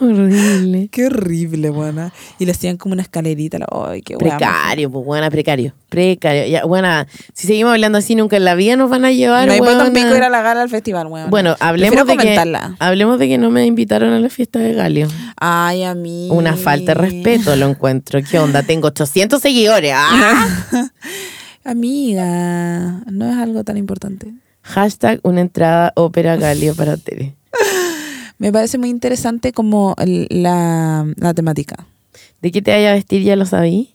Horrible.
Qué horrible, weona. Y le hacían como una escalerita. la- Ay, qué weona.
Precario, pues buena, precario. Precario. Ya, buena, si seguimos hablando así, nunca en la vida nos van a llevar.
Me importa un
weona.
pico ir a la gala al festival, weona.
Bueno, hablemos
pues Prefiero
de, que,
comentarla.
hablemos de que no me invitaron a la fiesta de Galio.
Ay, a mí.
Una falta de respeto lo encuentro. ¿Qué onda? Tengo 800 seguidores. ¡Ah!
Amiga, no es algo tan importante.
Hashtag una entrada ópera Galio para Tere.
Me parece muy interesante como el- la, la temática
¿De qué te vaya a vestir ya lo sabí?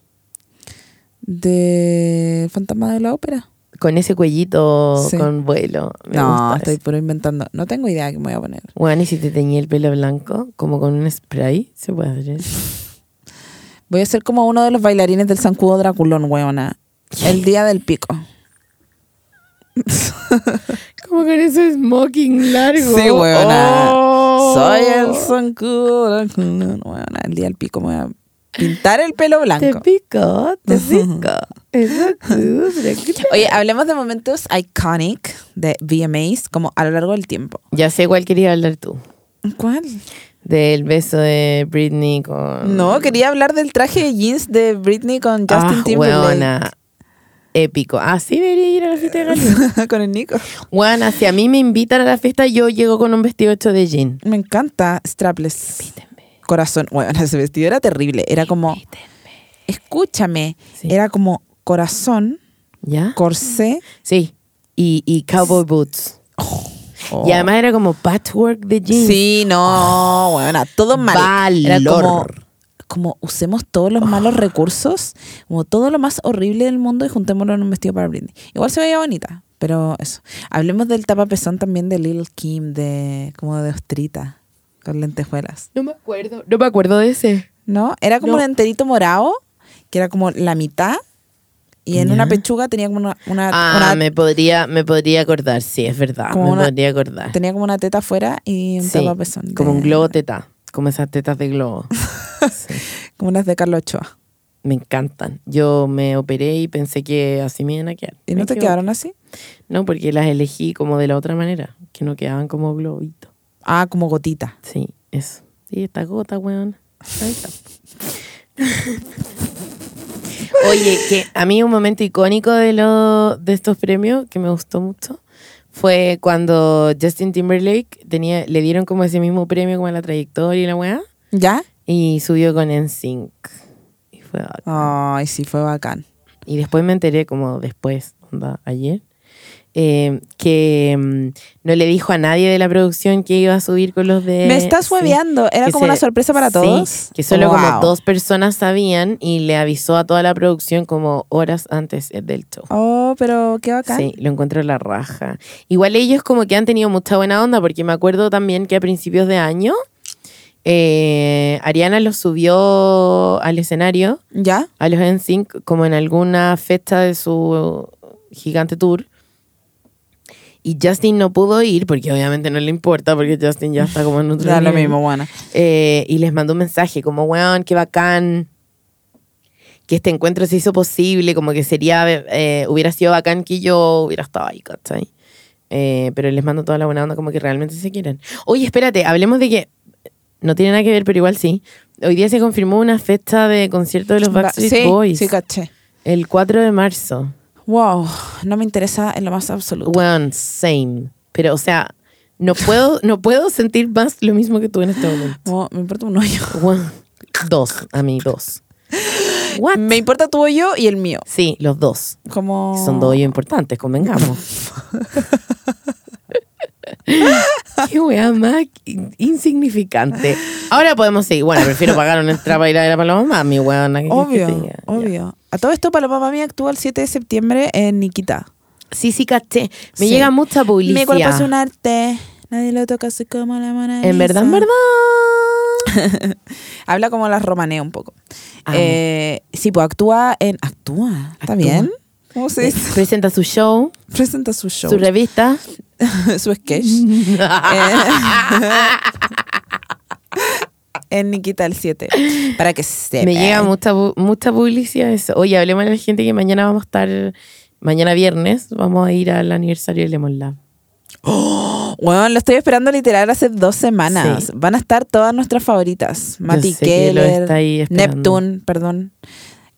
de Fantasma de la Ópera.
Con ese cuellito,
Sí.
con vuelo. Me
no,
gusta
estoy
eso.
puro inventando. No tengo idea de qué me voy a poner.
Bueno, y si te teñí el pelo blanco, como con un spray, se puede hacer eso.
Voy a ser como uno de los bailarines del Sancudo Draculón, weona. El día del pico.
Como con ese smoking largo.
Sí, weona.
Oh.
Soy el Sancudo Draculón, weona. El día del pico me voy a pintar el pelo
Te
blanco.
pico, te pico. Eso tú, pero ¿qué te-
Oye, hablemos de momentos iconic de VMAs como a lo largo del tiempo.
Ya sé cuál quería hablar tú.
¿Cuál?
Del beso de Britney con.
No, quería hablar del traje de jeans de Britney con Justin
Ah,
Timberlake.
weona. Épico. Así debería ir a la fiesta de Galicia.
con el Nico.
Weona, si a mí me invitan a la fiesta, yo llego con un vestido hecho de jean.
Me encanta strapless.
Invítenme.
Corazón. Bueno, ese vestido era terrible. Era como. Escúchame.
Sí.
Era como corazón,
¿Ya?
corsé.
Sí. Y, y cowboy boots. Y además era como patchwork de jeans.
Oh. Sí, no, bueno, todo mal. Era como,
Oh. Valor. Oh.
como usemos todos los malos recursos, como todo lo más horrible del mundo y juntémoslo en un vestido para Britney. Igual se veía bonita, Pero eso. Hablemos del tapapezón también de Lil Kim, de como de ostrita, con lentejuelas.
No me acuerdo. No me acuerdo de ese.
¿No? Era como
No.
un enterito morado, que era como la mitad, y en
Ya.
una pechuga tenía como una, una-
Ah,
una-
me, podría, me podría acordar, sí, es verdad.
Como
me
una-
podría acordar.
tenía como una teta afuera y un
Sí,
tapapezón.
como
de-
un globo teta. Como esas tetas de globo. Sí,
Como unas de Carlos Ochoa.
me encantan. Yo me operé y pensé que así me iban a quedar.
¿Y
Me
no te
equivoqué.
quedaron así?
No, porque las elegí como de la otra manera, que no quedaban como globito.
Ah, como gotita.
Sí, eso. Sí, esta gota, weón. Ahí está. Oye, que a mí un momento icónico de, lo, de estos premios que me gustó mucho fue cuando Justin Timberlake tenía, le dieron como ese mismo premio como a la trayectoria y la weá
¿Ya?
y subió con NSYNC. Y fue bacán.
Ay, sí, fue bacán.
Y después me enteré, como después, onda, ayer, eh, que mm, no le dijo a nadie de la producción que iba a subir con los de.
Me estás
Eh, sí.
hueveando. Era
Que
como
se-
una sorpresa para
sí,
todos.
que solo como
Wow.
dos personas sabían y le avisó a toda la producción como horas antes del show.
Oh, pero qué bacán.
Sí, lo encuentro la raja. Igual ellos como que han tenido mucha buena onda, porque me acuerdo también que a principios de año eh, Ariana los subió al escenario
¿Ya?
a los NSYNC como en alguna fecha de su gigante tour. Y Justin no pudo ir porque obviamente no le importa porque Justin ya está como en otro
Da lo
nivel.
mismo, buena.
Eh, y les mandó un mensaje como, weón, qué bacán que este encuentro se hizo posible, como que sería, eh, hubiera sido bacán que yo hubiera estado ahí, ¿cachai? Eh, pero les mando toda la buena onda como que realmente se quieren. Oye, espérate, hablemos de que, no tiene nada que ver, pero igual sí. Hoy día se confirmó una fecha de concierto de los Backstreet
sí,
Boys,
Sí, caché.
el 4 de marzo.
Wow, no me interesa en lo más absoluto.
Weón, same. Pero, o sea, no puedo, no puedo sentir más lo mismo que tú en este momento.
Como, me importa un hoyo.
Bueno, dos, a mí dos. What?
Me importa tu hoyo y el mío.
Sí, los dos.
Como...
Son dos hoyos importantes, convengamos. Qué wea más in- insignificante. Ahora podemos seguir. Bueno, prefiero pagar una entrada y ir a ver a Paloma Mami, weón. ¿qué quieres que
Obvio,
te diga? Ya.
obvio. A todo esto, Paloma Mami actúa el 7 de septiembre en Nikita.
Sí, sí, caché. Me
Sí.
llega mucha publicidad.
Mi cuerpo es un arte. Nadie lo toca así como la Mona
En verdad, en
Lisa.
verdad.
Habla como las romanea un poco.
Amo.
Eh, sí, pues actúa en... Actúa, ¿está
Actúa.
bien? ¿Cómo se dice?
Presenta su show,
Presenta su show.
su revista.
su sketch. Eh, en Nikita el 7. Para que se
Me llega mucha, pu- mucha publicidad eso. Oye, hablemos a la gente que mañana vamos a estar, mañana viernes, vamos a ir al aniversario de Lemon Lab.
Bueno, lo estoy esperando literal hace dos semanas.
Sí.
Van a estar todas nuestras favoritas. Mati
sé que lo
Keller,
está ahí esperando.
Neptune, perdón.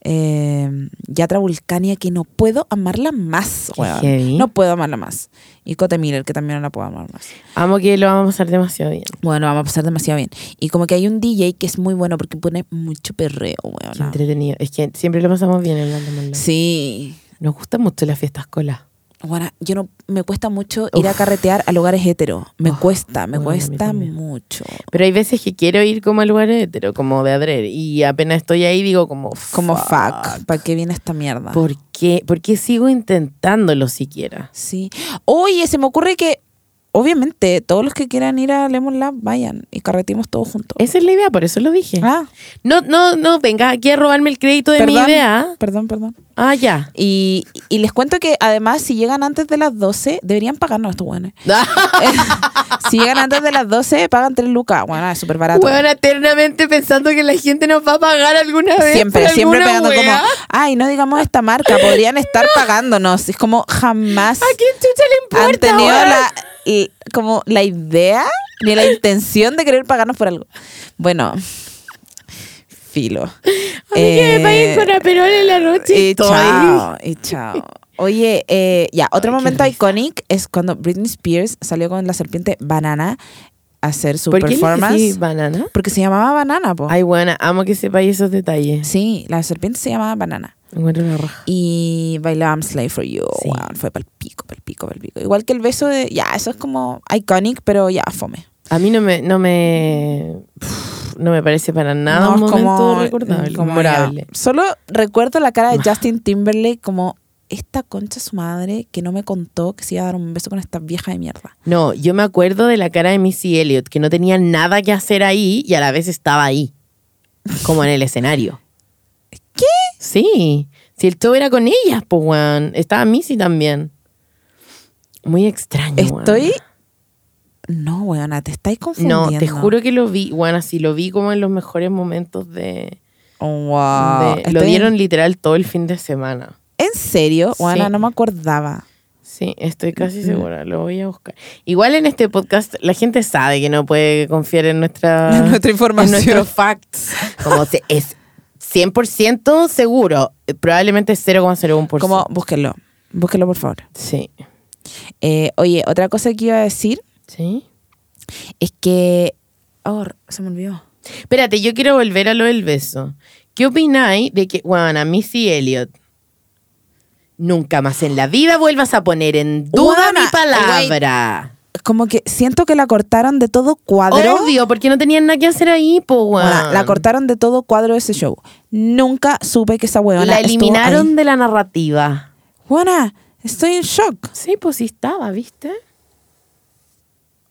Eh, Yatra Vulcania, que no puedo amarla más.
Qué
weón.
heavy.
No puedo amarla más. Y Cote Miller, que también no la puedo amar más.
Amo que lo vamos a pasar demasiado bien.
Bueno, vamos a pasar demasiado bien. Y como que hay un DJ que es muy bueno porque pone mucho perreo,
Qué
weón.
entretenido. Es que siempre lo pasamos bien en la Lemon Lab.
Sí.
Nos gustan mucho las fiestas colas.
Bueno, yo no, me cuesta mucho ir a carretear a lugares hetero. Me
Uf,
cuesta, me
bueno, a mí
cuesta
también.
mucho.
Pero hay veces que quiero ir como a lugares hetero, como de adrede. Y apenas estoy ahí digo como,
Como fuck, ¿para qué viene esta mierda?
¿Por qué? ¿Por qué sigo intentándolo siquiera?
Sí. Oye, se me ocurre que, obviamente, todos los que quieran ir a Lemon Lab, vayan y carretimos todos juntos.
Esa es la idea, por eso lo dije.
Oh. Ah,
No, no, no, venga aquí a robarme el crédito de mi
perdón,
idea.
Perdón, perdón.
Ah, ya.
Y, y les cuento que además, si llegan antes de las 12, deberían pagarnos estos buenos. si llegan antes de las 12, pagan 3 lucas. Bueno, es súper barato.
Bueno, eternamente pensando que la gente nos va a pagar alguna vez.
Siempre,
por
siempre pegando
alguna wea.
como, ay, no digamos esta marca, podrían estar pagándonos. Es como jamás
¿A quién chucha le importa?
han tenido
wea?
la, y- como la idea ni la intención de querer pagarnos por algo. Bueno, filo.
A mí que
Eh,
me paguen con aperol en la noche.
y
estoy.
chao, y chao. Oye, eh, ya, otro
Ay, qué
momento
risa.
icónico es cuando Britney Spears salió con la serpiente banana a hacer su
¿Por qué le
performance.
decís banana?
Porque se llamaba banana, po.
Ay, buena, amo que sepáis esos detalles.
Sí, la serpiente se llamaba banana.
Encuentro una raja.
Y bailaba I'm Slave for You.
Sí.
weón, fue pal pico, pal pico, pal pico. Igual que el beso de. Ya, eso es como iconic, pero ya, fome.
A mí no me, no me, pff, no me parece para nada un
es
momento recordable,
como
memorable.
ya. Solo recuerdo la cara de Justin Timberlake como esta concha su madre que no me contó que se iba a dar un beso con esta vieja de mierda.
No, yo me acuerdo de la cara de Missy Elliott, que no tenía nada que hacer ahí y a la vez estaba ahí, como en el escenario.
¿Qué?
Sí, si el show era con ellas, pues, weón. Estaba Missy también. Muy extraño. weón.
Estoy. No, weona, te estáis confundiendo.
No, te juro que lo vi, bueno, sí, lo vi como en los mejores momentos de...
Wow.
de- lo
Estoy en-
dieron literal todo el fin de semana.
¿En serio? Bueno,
Sí.
no me acordaba.
Sí, estoy casi segura, lo voy a buscar. Igual en este podcast la gente sabe que no puede confiar Ah, en nuestra,
En nuestra información.
en nuestros facts. Como se- es 100% seguro, eh, probablemente 0,01%.
Como, búsquenlo. Búsquenlo, por favor.
Sí.
Eh, oye, otra cosa que iba a decir
Sí.
es que. Oh, se me olvidó.
Espérate, yo quiero volver a lo del beso. ¿Qué opináis de que, bueno, a Missy Elliot nunca más en la vida vuelvas a poner en duda
Guana,
mi palabra?
Como que siento que la cortaron de todo cuadro.
Obvio, porque no tenían nada que hacer ahí, po, weón.
Bueno, oh. la cortaron de todo cuadro de ese show. Nunca supe que esa huevona.
La
estuvo
eliminaron
ahí.
de la narrativa.
Juana, estoy en shock.
Sí, pues sí estaba, ¿viste?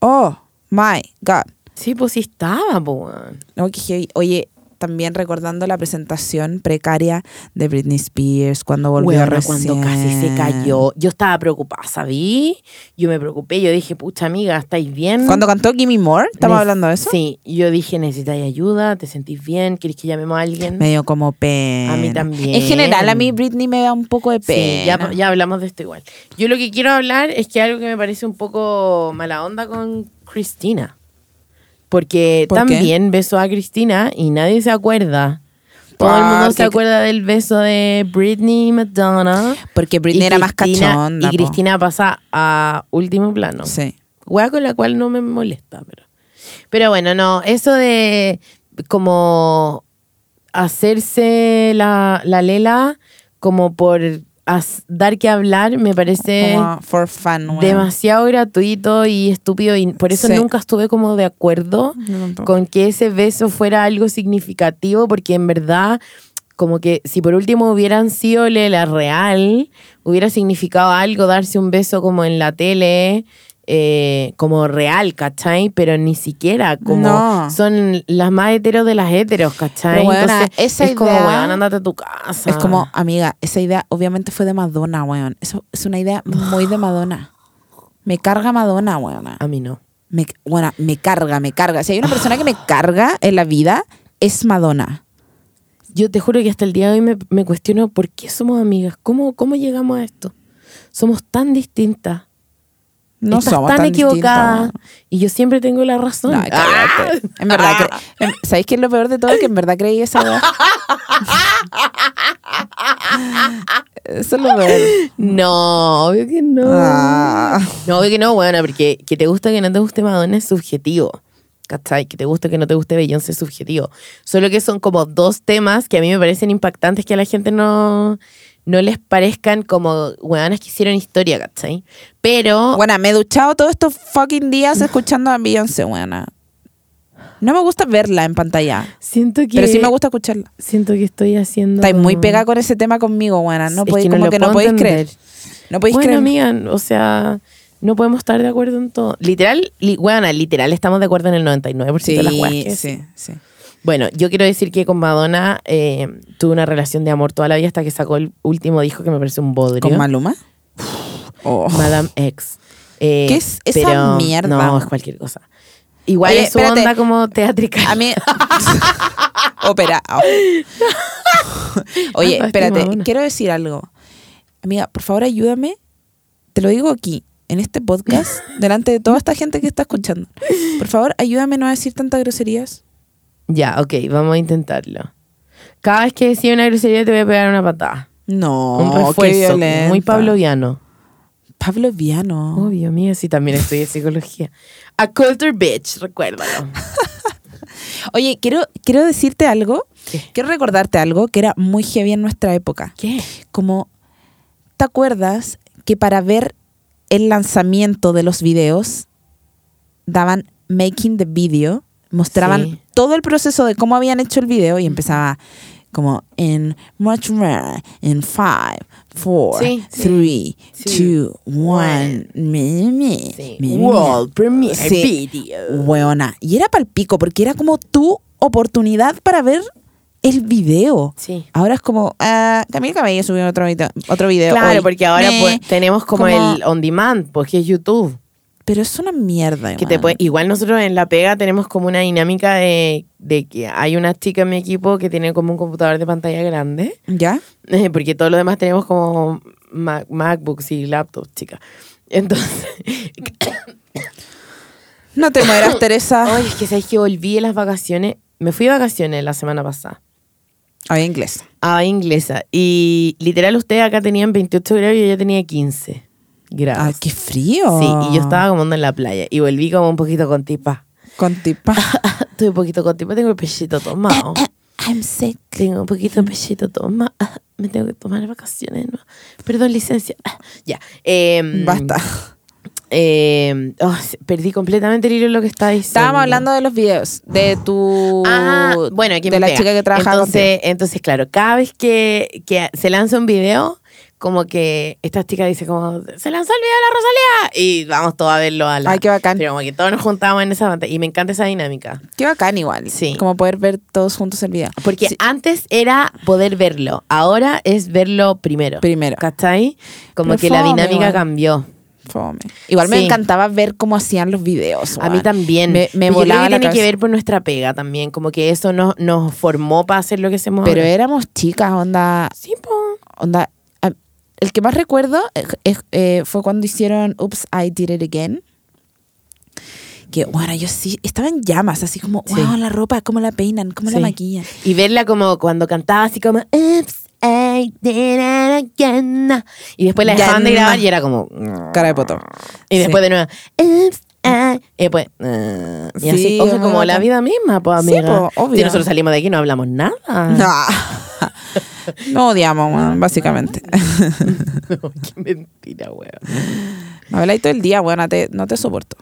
Oh, my God.
Sí, pues sí estaba, po, weón.
No, qué heavy. Oye, también recordando la presentación precaria de Britney Spears cuando volvió
Weona,
recién.
cuando casi se cayó. Yo estaba preocupada, ¿sabí? Yo me preocupé, yo dije, pucha amiga, ¿estáis bien?
Cuando cantó Gimme More, ¿estamos
Nec-
hablando de eso?
Sí, y yo dije, ¿necesitáis ayuda? ¿Te sentís bien? ¿Querés que llamemos a alguien?
Medio como pena.
A mí también.
En general, a mí Britney me da un poco de pena.
Sí, ya, ya hablamos de esto igual. Yo lo que quiero hablar es que algo que me parece un poco mala onda con Cristina. Porque
¿Por qué?
también besó a Cristina y nadie se acuerda. Todo el mundo se
Porque-
acuerda del beso de Britney y Madonna.
Porque Britney
Y
era más
Cristina-
cachonda.
Y
po.
Cristina pasa a último plano.
Sí.
Hueá con la cual no me molesta, pero. Pero bueno, no, eso de como hacerse la, la lela como por as- dar que hablar me parece
Como for fun. weón.
demasiado gratuito y estúpido y por eso
Sí.
nunca estuve como de acuerdo
Yo tampoco.
con que ese beso fuera algo significativo porque en verdad como que si por último hubieran sido la real hubiera significado algo darse un beso como en la tele eh, como real, ¿cachai? Pero ni siquiera como
No.
son las más heteros de las heteros, ¿cachai?
Pero, weona, esa
es como,
idea-
weón, ándate a tu casa.
Es como, amiga, esa idea obviamente fue de Madonna, weón. Eso es una idea muy de Madonna. Me carga Madonna, weona.
A mí no.
Me, weona, me carga, me carga. Si hay una persona que me carga en la vida, es Madonna.
Yo te juro que hasta el día de hoy me, me cuestiono por qué somos amigas, cómo, cómo llegamos a esto. Somos tan distintas.
No
Estás
somos
tan,
tan,
equivocada.
distintas,
y yo siempre tengo la razón. Ah,
weona. No, cállate. En verdad, cre- en- ¿sabéis qué es lo peor de todo? Que en verdad creí esa weá. Eso es lo peor.
No, obvio que no.
Ah.
No, obvio que no, buena, porque que te gusta o que no te guste Madonna es subjetivo. ¿Cachai? Que te gusta o que no te guste Beyoncé es subjetivo. Solo que son como dos temas que a mí me parecen impactantes que a la gente no, no les parezcan como weonas que hicieron historia, ¿cachai? Pero
Bueno, me he duchado todos estos fucking días escuchando a Beyoncé, buena. No me gusta verla en pantalla,
siento que.
pero sí me gusta escucharla.
Siento que estoy haciendo.
Estáis muy pegada con ese tema conmigo, buena. No
Es
podéis,
que no
como
lo
que no
puedo
podéis
entender.
creer. No podéis
bueno,
creer.
amiga, o sea, no podemos estar de acuerdo en todo. Literal, li- weona, literal, estamos de acuerdo en el 99% de las weas que
sí,
sí.
sí, sí.
Bueno, yo quiero decir que con Madonna eh, tuve una relación de amor toda la vida hasta que sacó el último disco que me parece un bodrio.
¿Con Maluma? Oh.
Madame X. Eh,
¿Qué es esa
pero-
mierda?
No, es cualquier cosa. Igual
Oye,
es su
espérate.
onda como teátrica.
A mí. Ópera. Oh. Oye,
Tanto
espérate,
estima, bueno.
quiero decir algo. Amiga, por favor, ayúdame. Te lo digo aquí, en este podcast, delante de toda esta gente que está escuchando. Por favor, ayúdame no a decir tantas groserías.
Ya, ok, vamos a intentarlo. Cada vez que decía una grosería te voy a pegar una patada.
No,
un refuerzo. Muy pabloviano.
Pablo Viano.
Obvio, mía, sí, también estudié psicología. A culture bitch, recuérdalo.
Oye, quiero, quiero decirte algo.
¿Qué?
Quiero recordarte algo que era muy heavy en nuestra época.
¿Qué?
como, ¿te acuerdas que para ver el lanzamiento de los videos daban making the video, mostraban
Sí.
todo el proceso de cómo habían hecho el video y empezaba como en much more in five, four,
Sí, sí.
three,
Sí.
two, one, me, me,
Sí.
me, me.
World premiere
Sí.
video.
Weona. Y era pal pico porque era como tu oportunidad para ver el video.
Sí.
Ahora es como, ah, Camila Cabello subió otro, video- otro video.
Claro,
hoy.
porque ahora
Me,
pues, tenemos como, el on demand, porque es YouTube.
Pero es una mierda.
Que te
weón.
puede- igual nosotros en La Pega tenemos como una dinámica de, de que hay una chica en mi equipo que tiene como un computador de pantalla grande,
¿Ya?
eh, porque todos los demás tenemos como Ma- MacBooks y laptops, chica. Entonces,
No te mueras, Teresa.
oye, es que sabes que volví de las vacaciones, me fui de vacaciones la semana pasada.
Había inglés.
a inglesa. Y literal, ustedes acá tenían 28 grados y yo ya tenía 15
Ay,
grados.
qué frío.
Sí, y yo estaba como andando en la playa. Y volví como un poquito con tipa.
con tipa.
Estoy un poquito con tipa, tengo el pechito tomado.
I'm sick.
Tengo un poquito de pechito tomado. Me tengo que tomar vacaciones. ¿no? Perdón, licencia. Ya. Em,
Basta.
em, oh, se- perdí completamente el hilo de lo que estaba diciendo.
Estábamos hablando de los videos, de tu...
Ah, bueno, aquí
de
me
la
pega.
chica que trabaja
entonces, entonces, claro, cada vez que, que se lanza un video, como que esta chica dice como, se lanzó el video de la Rosalía y vamos todos a verlo a la...
Ay, qué bacán.
Pero como que todos nos juntamos en esa pantalla y me encanta esa dinámica.
contigo. Qué bacán igual.
Sí.
Como poder ver todos juntos el video.
Porque antes era poder verlo, ahora es verlo primero.
Primero.
¿Cachai? Como
Pero
que la
fome,
dinámica
igual.
cambió.
Fome. Igual me
Sí.
encantaba ver cómo hacían los videos.
A mí
weón.
también.
Me, me
Pero yo creo
volaba
que
la
tiene que
cabeza.
ver por nuestra pega también, como que eso nos, nos formó para hacer lo que hacemos
Pero
ahora.
éramos chicas, onda...
Sí, po.
onda a- el que más recuerdo eh, es- eh, fue cuando hicieron Oops, I Did It Again. Que, bueno, yo sí, estaba en llamas, así como,
Sí.
wow, la ropa, cómo la peinan, cómo la
Sí.
maquillan.
Y verla como cuando cantaba así como "Oops, I did it again". Y después la
Ya
dejaban de
no.
grabar y era como
Cara de poto.
Y
Sí.
después de nuevo "Oops, I", Y después "Ah", Y
Sí,
así, ojo,
es
como
verdad.
la vida misma, pues
Sí,
amiga.
po, obvio.
Si nosotros salimos de aquí no hablamos nada.
No. No odiamos, weón, básicamente.
No, Qué mentira, weón.
Me habláis todo el día, bueno, te, no te soporto.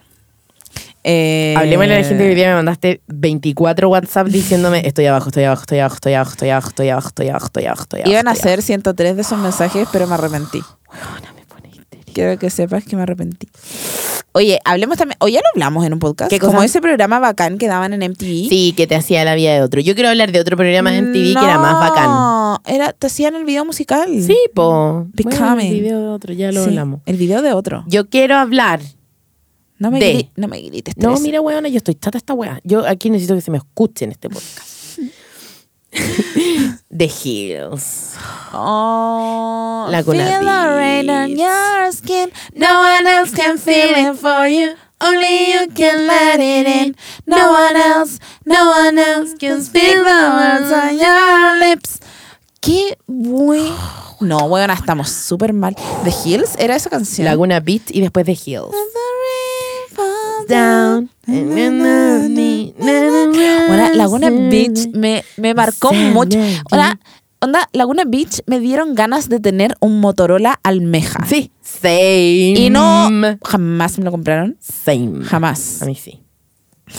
Eh,
Hablemos de la gente que hoy día me mandaste 24 WhatsApp diciéndome estoy abajo, estoy abajo, estoy abajo, estoy abajo, estoy abajo, estoy abajo, estoy abajo, estoy abajo, estoy abajo.
Iban a
estoy
ser 103 de esos mensajes, pero me arrepentí.
abajo". Weona, me pone histérica.
Quiero que sepas que me arrepentí. Oye, hablemos también. Oye, ya lo hablamos en un podcast.
¿Qué cosa?
Como ese programa bacán que daban en MTV.
Sí, que te hacía la vida de otro. Yo quiero hablar de otro programa en TV que era más bacán.
No, era, te hacían el video musical.
Sí, po.
Becoming.
el video de otro, ya lo
Mm, Sí,
hablamos.
El video de otro.
Yo quiero hablar.
No me,
De-
gri- no me grites.
No,
Teresa.
mira, weona, yo estoy chata esta weá. Yo aquí necesito que se me escuche en este podcast. The Hills.
Oh,
La
feel
Conavit.
the rain on your skin. No one else can feel it for you. Only you can let it in. No one else, no one else can speak the words on your lips. Qué bueno. No, bueno, estamos súper mal. The Hills era esa canción.
Laguna Beach y después The Hills.
Down. Ahora, Laguna Beach me, me marcó mucho. Ahora, onda, Laguna Beach me dieron ganas de tener un Motorola almeja.
Sí. Same.
Y no, jamás me lo compraron.
Same.
Jamás.
A mí sí.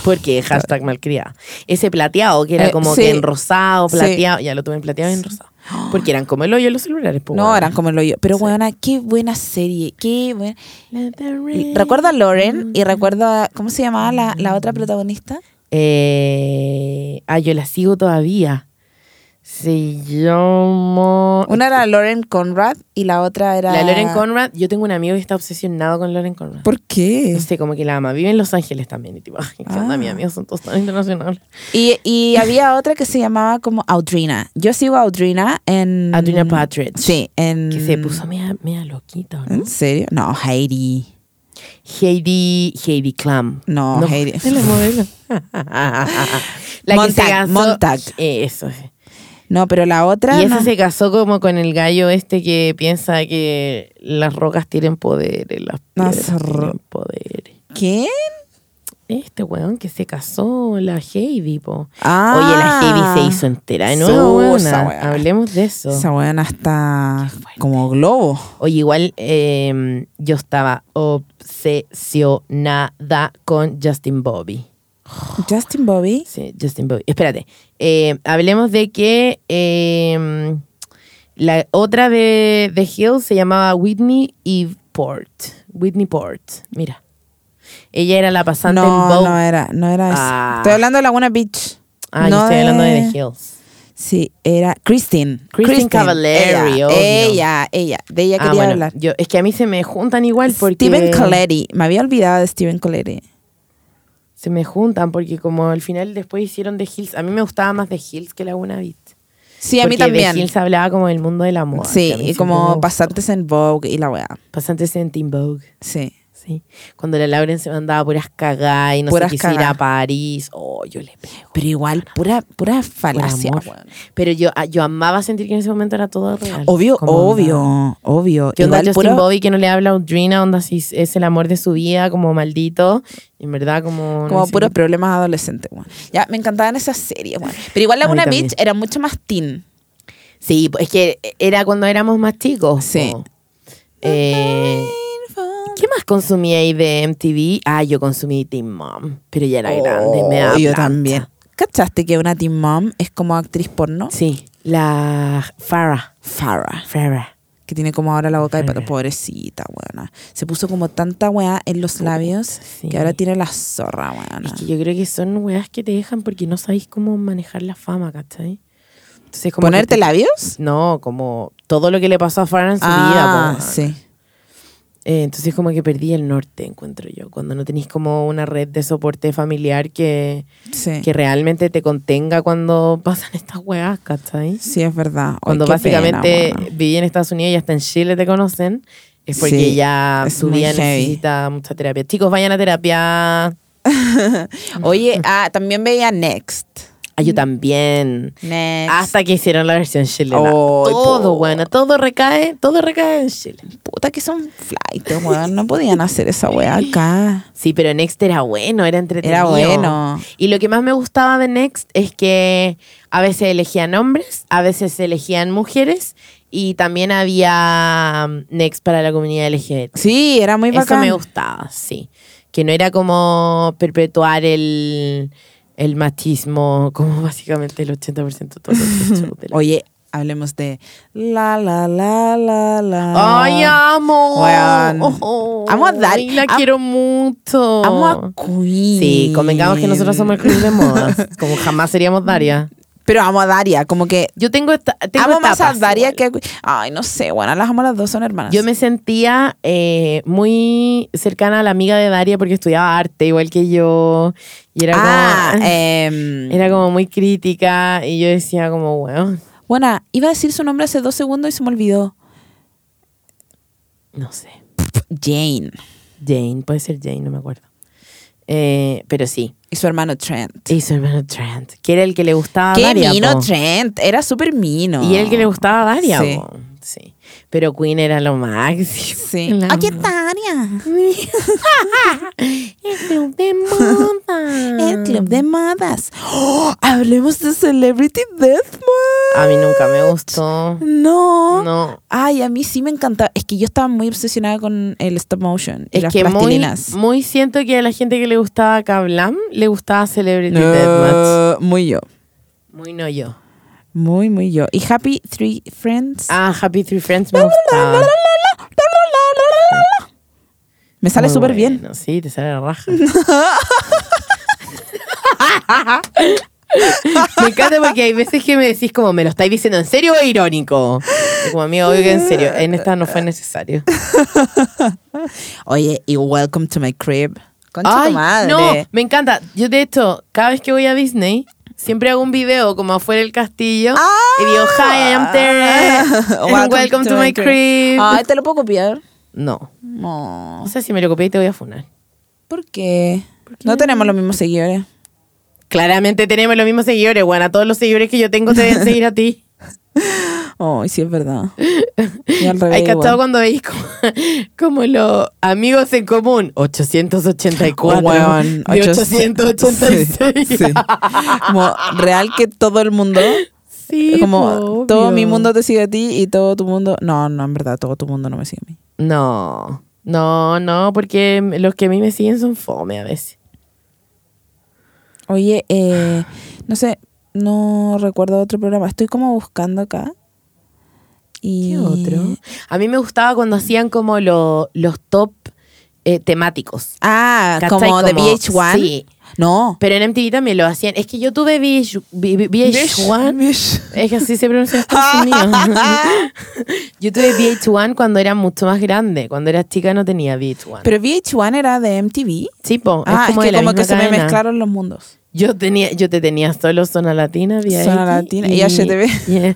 Porque hashtag malcriada. Ese plateado que era
Eh,
como
sí.
que en rosado,
Sí.
plateado. Ya lo tuve en plateado y en rosado. Porque eran como el hoyo los celulares. po,
No,
weón.
eran como lo yo. Pero, weona, qué buena serie. Qué buena. Recuerdo a
Mm.
Lauren y recuerdo a. ¿Cómo se llamaba la, la otra protagonista?
Eh, ah, yo la sigo todavía. Se llama.
Una era Lauren Conrad y la otra era.
La Lauren Conrad. Yo tengo un amigo que está obsesionado con Lauren Conrad.
¿Por qué?
No sé, como que la ama. Vive en Los Ángeles también. Y tipo, ay, ¿qué onda,
Ah.
mis amigos? Son todos tan internacionales.
Y, y había otra que se llamaba como Audrina. Yo sigo a Audrina en.
Audrina Partridge.
Mm. Sí, Mm. en.
Que se puso media, media loquita, ¿o ¿no?
¿En serio? No, Heidi.
Heidi, Heidi Klum.
No, Heidi.
es la modelo. la que se
Montag,
casó-
Montag.
Eh, Eso. es.
No, pero la otra.
Y esa
no.
se casó como con el gallo este que piensa que las rocas tienen poderes, las
No,
piedras
esa ro-
tienen poderes.
¿Quién?
Este weón que se casó, la Heidi, po. Oye,
Ah.
la Heidi se hizo entera de
Su-
nuevo,
esa
weona.
weá.
Hablemos de eso.
Esa buena está como globo.
Oye, igual em, eh, yo estaba obsesionada con Justin Bobby.
Justin Bobby.
Sí, Justin Bobby. Espérate. Eh, hablemos de que eh, la otra de, de Hill se llamaba Whitney Eve Port. Whitney Port. Mira. Ella era la pasante en
No,
Vogue.
no era, no era esa.
Ah.
Estoy hablando de Laguna Beach.
ah,
no
yo estoy hablando de The Hills.
Sí, era Christine.
Christine Cavallari,
ella,
obvio.
ella, ella. De ella
Ah,
quería
bueno,
hablar.
yo- es que a mí se me juntan igual porque.
Steven Coletti. Me había olvidado de Steven Coletti.
Se me juntan porque, como al final después hicieron The Hills. A mí me gustaba más The Hills que Laguna Beach.
Sí, a mí
Porque
también.
The Hills hablaba como del mundo de la moda. que
Sí,
a mí
y
siempre me
como
gustó.
pasantes en Vogue y la weá.
Pasantes en Teen Vogue.
Sí.
Sí. Cuando la Lauren se mandaba puras cagadas y no
Puras
se quisiera
cagá.
a París. Oh, yo le pego.
Pero igual, pura, pura
por
falacia.
amor.
weón.
Pero yo, ah, yo amaba sentir que en ese momento era todo real.
Obvio,
Como
obvio,
onda-
obvio.
¿Qué onda
Igual,
Justin
puro-
Bobby que no le habla a Audrina? Onda si es- es el amor de su vida, como maldito. En verdad, como... no
Como
sé.
puros problemas adolescentes, weón. Ya, me encantaban esas series, weón. Pero igual
A mí
Laguna
también.
Beach era mucho más teen.
Sí, pues, es que era cuando éramos más chicos.
Sí.
po. Eh, ¿Qué más consumí ahí de MTV? Ah, yo consumí Teen Mom. Pero ya era grande, me da
Oh, Yo
plata.
también. ¿Cachaste que una teen mom es como actriz porno?
Sí, la Farah.
Farah.
Farah.
Que tiene como ahora la boca de pato. Pobrecita, weona. Se puso como tanta weá en los labios
sí.
que ahora tiene la zorra, weona.
Es que yo creo que son weas que te dejan porque no sabéis cómo manejar la fama, ¿cachai? Entonces, como que
¿Ponerte
te-
labios?
No, como todo lo que le pasó a Farah en su vida.
Ah,
po,
sí.
Eh, entonces como que perdí el norte, encuentro yo, cuando no tenéis como una red de soporte familiar que,
Sí.
que realmente te contenga cuando pasan estas weas, ¿cachai?
Sí, es verdad. Ay,
Cuando
qué
básicamente
pena, weona.
viví en Estados Unidos y hasta en Chile te conocen, es porque
Sí,
ya
es
su
muy
vida
heavy.
necesita mucha terapia. Chicos, vayan a terapia. Ah,
Oye, ah, también veía Next.
Ah,
Mm.
yo también.
Next.
Hasta que hicieron la versión chilena.
Ay, po.
todo, bueno, todo recae, todo recae en Chile.
Puta que son flightes, weón. No podían hacer esa weá acá.
Sí, pero Next era bueno, era entretenido.
Era bueno.
Y lo que más me gustaba de Next es que a veces elegían hombres, a veces elegían mujeres y también había mm, Next para la comunidad LGBT.
Sí, era muy
Eso
bacán.
me gustaba, sí. Que no era como perpetuar el, el machismo, como básicamente el 80% de todos los shows de la-
Oye, hablemos de la la la la la.
¡Ay, amo!
Weón.
Oh,
Amo a Dal-
ay, La
am-
quiero mucho.
Amo a Queen.
Sí, convengamos que nosotros somos el club de modas. Como jamás seríamos Daria.
Pero amo a Daria, como que.
Yo tengo esta. Tengo
amo más a
etapas
Daria
igual.
que a Queen. Ay, no sé, bueno, las amo a las dos, son hermanas.
Yo me sentía eh, muy cercana a la amiga de Daria porque estudiaba arte igual que yo. Y era
Ah,
como.
em,
Era como muy crítica. Y yo decía, como, bueno,
Bueno, iba a decir su nombre hace dos segundos y se me olvidó.
no sé.
Jane.
Jane, puede ser Jane, no me acuerdo. Eh, pero sí.
Y su hermano Trent.
Y su hermano Trent, que era el que le gustaba a
Qué
Daria.
mino
po.
Trent. Era súper mino.
Y era el que le gustaba a Daria.
Sí.
po. Sí. Pero Queen era lo máximo.
Sí.
La
Aquí
amo.
está Daria.
El club de moda.
El club de modas. ¡Oh! hablemos de Celebrity Deathmatch.
A mí nunca me gustó.
No.
No.
Ay, a mí sí me encantaba. Es que yo estaba muy obsesionada con el stop motion y
Es
las
que muy,
plastilinas.
muy siento que a la gente que le gustaba Kablam le gustaba Celebrity
No, Eh,
Deathmatch.
muy yo.
Muy no yo.
Muy, muy yo. Y Happy Three Friends.
Ah, Happy Three Friends me gustaba.
Me sale
Muy
súper bien.
bueno, Sí, te sale la raja. me encanta porque hay veces que me decís como, ¿me lo estáis diciendo en serio o irónico? Y como, amigo, oiga, en serio, en esta no fue necesario.
Oye, y Welcome to My Crib. Concha
Ay,
tu madre.
No, me encanta. Yo, de hecho, cada vez que voy a Disney, siempre hago un video como afuera del castillo.
Ah.
Y digo, hi, I am Tere. and welcome, to, my crib.
Ay, ¿te lo puedo copiar?
No.
No.
No sé si me lo copié y te voy a funar.
¿Por qué? No tenemos los mismos seguidores.
Claramente tenemos los mismos seguidores, bueno, a todos los seguidores que yo tengo te deben seguir a ti.
Ay, sí, es verdad. Y al revés
Hay cachado
igual.
cuando veis como, como los amigos en común. 884.
Oh, weón,
de
ocho-
886.
Sí, sí. Como real que todo el mundo,
Sí,
como
po,
todo
obvio.
mi mundo te sigue a ti y todo tu mundo, no, no, en verdad, todo tu mundo no me sigue a mí.
No, no, no, porque los que a mí me siguen son fome a veces.
Oye, eh, no sé, no recuerdo otro programa. Estoy como buscando acá. Y
¿Qué otro? A mí me gustaba cuando hacían como lo- los top eh, temáticos.
Ah,
¿Cachai?
como de
Como-
VH1.
sí.
No.
Pero en MTV también lo hacían. Es que yo tuve VH, V- VH1. Es que así se pronuncia en Estados Unidos. yo tuve VH1 cuando era mucho más grande. Cuando era chica no tenía VH1.
Pero VH1 era de MTV.
sí, po,
ah,
es como,
es
de
que
la
como
misma
que se me
cadena.
mezclaron los mundos.
Yo, tenía, yo te tenía solo Zona Latina, VH,
Zona Latina y HTV.
y-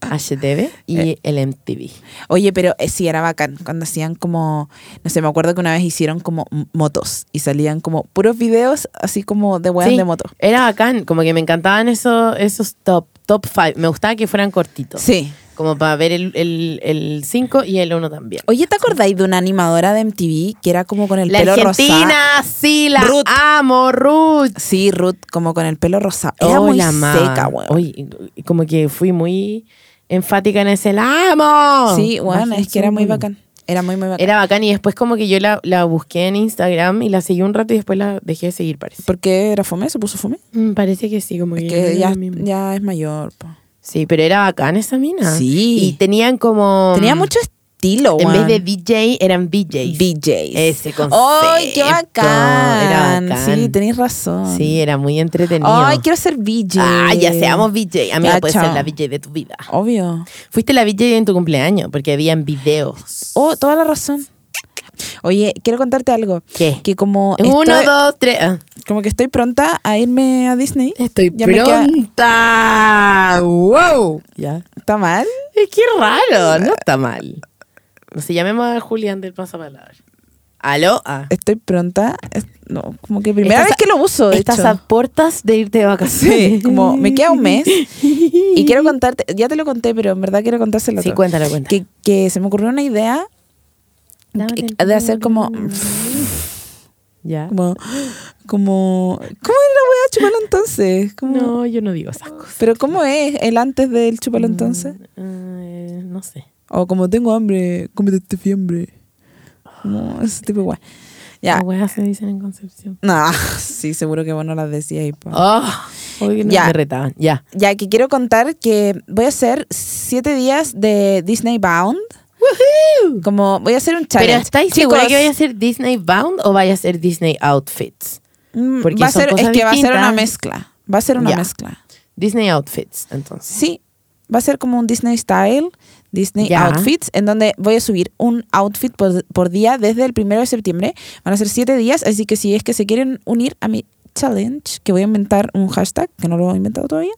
HTV
Eh.
y el MTV.
Oye, pero eh, sí, era bacán. Cuando hacían como, no sé, me acuerdo que una vez hicieron como m- motos y salían como puros videos así como de weas
Sí,
de moto.
Era bacán, como que me encantaban esos, esos top, top five. Me gustaba que fueran cortitos.
Sí.
Como para ver el- el 5 y el 1 también.
Oye, ¿te acordáis de una animadora de MTV que era como con el
la
pelo rosa?
Argentina, sí, la
Ruth.
amo, Ruth.
Sí, Ruth, como con el pelo rosa. Era
Oh,
muy
la ma.
seca, weón.
Oye, y- y como que fui muy enfática en ese, la amo.
sí, weón,
Bajen
es que era muy
su-
bacán. Era muy, muy bacán.
Era bacán y después como que yo la, la busqué en Instagram y la seguí un rato y después la dejé de seguir, parece.
¿Por qué era fome? ¿Se puso fome?
Mm, parece que sí, como que, no
Que
era
ya,
lo mismo.
ya es mayor. po.
Sí, pero era bacán esa mina.
Sí.
Y tenían como... mm,
Tenía mucho estilo,
En
weón.
vez de DJ, eran VJs.
DJs.
Ese
¡Ay, qué
concepto,
bacán!
era bacán.
Sí, tenéis razón.
Sí, era muy entretenido.
Ay, quiero ser VJ.
Ah, ya seamos VJ. Amiga,
Ya,
puedes
chao.
ser la VJ de tu vida.
Obvio.
Fuiste la VJ en tu cumpleaños porque habían videos.
Oh, toda la razón. Oye, quiero contarte algo.
¿Qué?
Que como
Uno,
estoy,
dos, tres. ah.
como que estoy pronta a irme a Disney.
Estoy
Ya me queda-
pronta. ¡Wow! Ya.
¿Está mal?
Es que raro, no está mal. No se llamemos a Julián del pasapalabra. ¿Aló? Ah.
Estoy pronta. Es- No, como que primera
Estás
vez
a-
que lo uso, de
Estás
hecho.
a puertas de irte de vacaciones.
Sí, como me queda un mes y quiero contarte, ya te lo conté, pero en verdad quiero contárselo.
Sí,
todo.
cuéntalo, cuéntalo.
Que, que se me ocurrió una idea que- de hacer como,
Ya.
como, como, ¿cómo era la a chupalo entonces? Como-
No, yo no digo esas cosas.
Pero ¿cómo es el antes del
Mm.
chupalo entonces?
Eh, no sé.
O como tengo hambre, cómete este fiambre. Como ese tipo de guay. Ya.
Las weas se dicen en Concepción.
Nah, sí, seguro que vos no las decías. y pa.
Oh, no
Ya.
me retaban. Ya.
Ya que quiero contar que voy a hacer siete días de Disney Bound. Como voy a hacer un challenge.
Pero ¿estáis
Chicos,
segura que vaya a ser Disney Bound o vaya a ser Disney Outfits?
mm,
porque
va a
son
ser,
cosas
Es que va a ser una
distintas?
mezcla. Va a ser una
Ya.
mezcla.
Disney Outfits, entonces.
Sí, va a ser como un Disney Style, Disney
Ya.
Outfits, en donde voy a subir un outfit por, por día desde el primero de septiembre. Van a ser siete días, así que si es que se quieren unir a mi challenge, que voy a inventar un hashtag, que no lo he inventado todavía,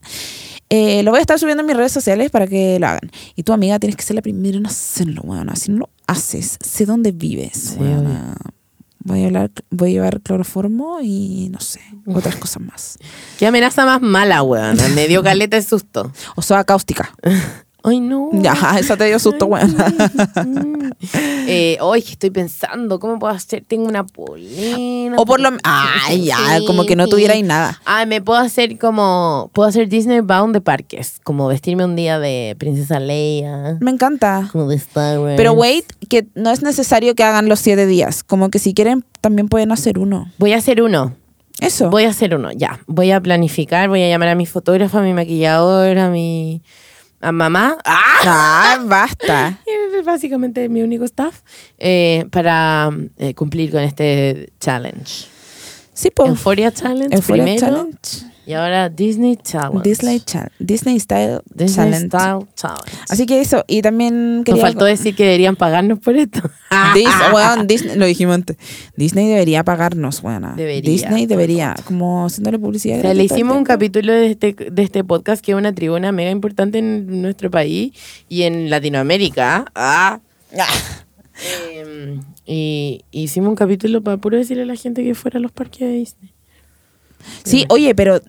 eh, lo voy a estar subiendo en mis redes sociales para que lo hagan. Y tu amiga tienes que ser la primera en hacerlo, weona. Si no lo haces, sé dónde vives,
Sí,
weona. Voy a, hablar, voy a llevar cloroformo y no sé, otras cosas más.
Qué amenaza más mala, weón. Me dio caleta de susto.
O soda cáustica.
Ay, no.
Ya, esa te dio susto, weón. Mm.
Eh, Hoy que estoy pensando, ¿cómo puedo hacer? Tengo una polina.
O por lo Ay, ya, como que no tuvierais nada.
Ay, me puedo hacer como. Puedo hacer Disney Bound de parques. Como vestirme un día de Princesa Leia.
Me encanta.
Como de Star Wars.
Pero wait, que no es necesario que hagan los siete días. Como que si quieren, también pueden hacer uno.
Voy a hacer uno.
Eso.
Voy a hacer uno, ya. Voy a planificar, voy a llamar a mi fotógrafo, a mi maquillador, a mi. a mamá. ¡Ah!
Ah, basta.
Es Básicamente mi único staff. eh, para eh, cumplir con este challenge.
Sí, po.
Euphoria Challenge
Euphoria
primero.
Challenge.
Y ahora Disney Challenge.
Disney, Chal- Disney Style
Disney
Challenge.
Style Challenge.
Así que eso. Y también
Nos
quería...
faltó este. Ah, decir que deberían pagarnos por esto.
Dis- weón, Disney, lo dijimos antes. Disney debería pagarnos, buena.
Debería,
Disney
por
debería, como haciéndole publicidad.
O sea, le
gratuita al
hicimos un
tiempo.
capítulo de este, de este podcast que es una tribuna mega importante en nuestro país y en Latinoamérica. Ah. Em, y y hicimos un capítulo para puro decirle a la gente que fuera a los parques de Disney.
Sí, oye, pero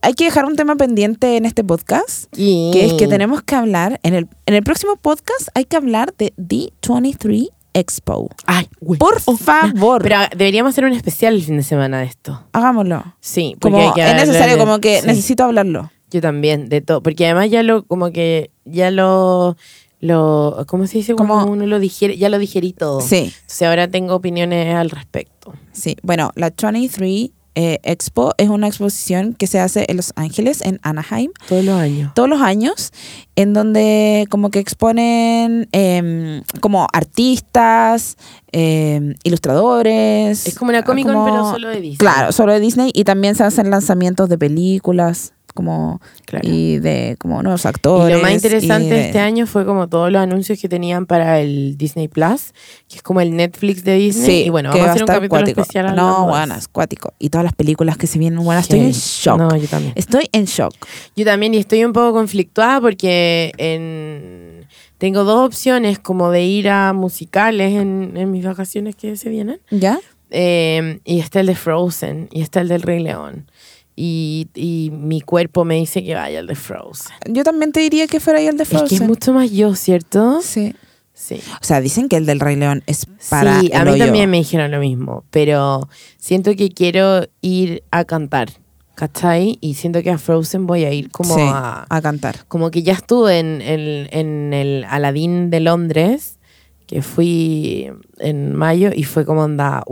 hay que dejar un tema pendiente en este podcast,
Y-
que es que tenemos que hablar, en el, en el próximo podcast hay que hablar de D23 Expo.
Ay, güey.
Por favor,
Pero deberíamos hacer un especial el fin de semana de esto.
hagámoslo.
Sí, porque
Como,
hay que
es necesario,
hablarle-
como que
sí.
necesito hablarlo.
Yo también, de todo. Porque además ya lo, como que, ya lo, lo ¿cómo se dice?
Como-
Como uno lo digiere, ya lo digerí todo.
Sí.
Entonces ahora tengo opiniones al respecto.
Sí, bueno, la 23 eh, Expo es una exposición que se hace en Los Ángeles, en Anaheim,
Todos los años.
todos los años, en donde como que exponen em, como artistas, em, ilustradores.
Es como una
ah,
Comic Con, pero solo de Disney.
Claro, solo de Disney y también se hacen lanzamientos de películas como
Claro.
y de como nuevos
Y
actores.
lo más interesante
y de-
este año fue como todos los anuncios que tenían para el Disney Plus, que es como el Netflix de Disney.
Sí,
y bueno,
que
vamos a
va
hacer un
estar
capítulo
cuático.
especial. hablando
No,
de
bueno,
eso.
es cuático. Y todas las películas que se vienen, bueno, estoy en
Sí.
shock.
No, yo también.
Estoy en shock.
Yo también, y estoy un poco conflictuada porque en- tengo dos opciones como de ir a musicales en, en mis vacaciones que se vienen.
¿Ya?
Eh, y está el de Frozen, y está el del Rey León. Y, y mi cuerpo me dice que vaya al de Frozen.
Yo también te diría que fuera ahí el de Frozen.
Es que es mucho más yo, ¿cierto?
Sí.
Sí.
O sea, dicen que el del Rey León es para
sí, a
el
mí
hoyo.
también me dijeron lo mismo, pero siento que quiero ir a cantar, ¿cachai? Y siento que a Frozen voy a ir como
Sí,
a...
a cantar.
Como que ya estuve en el, en el Aladdin de Londres, que fui en mayo y fue como onda,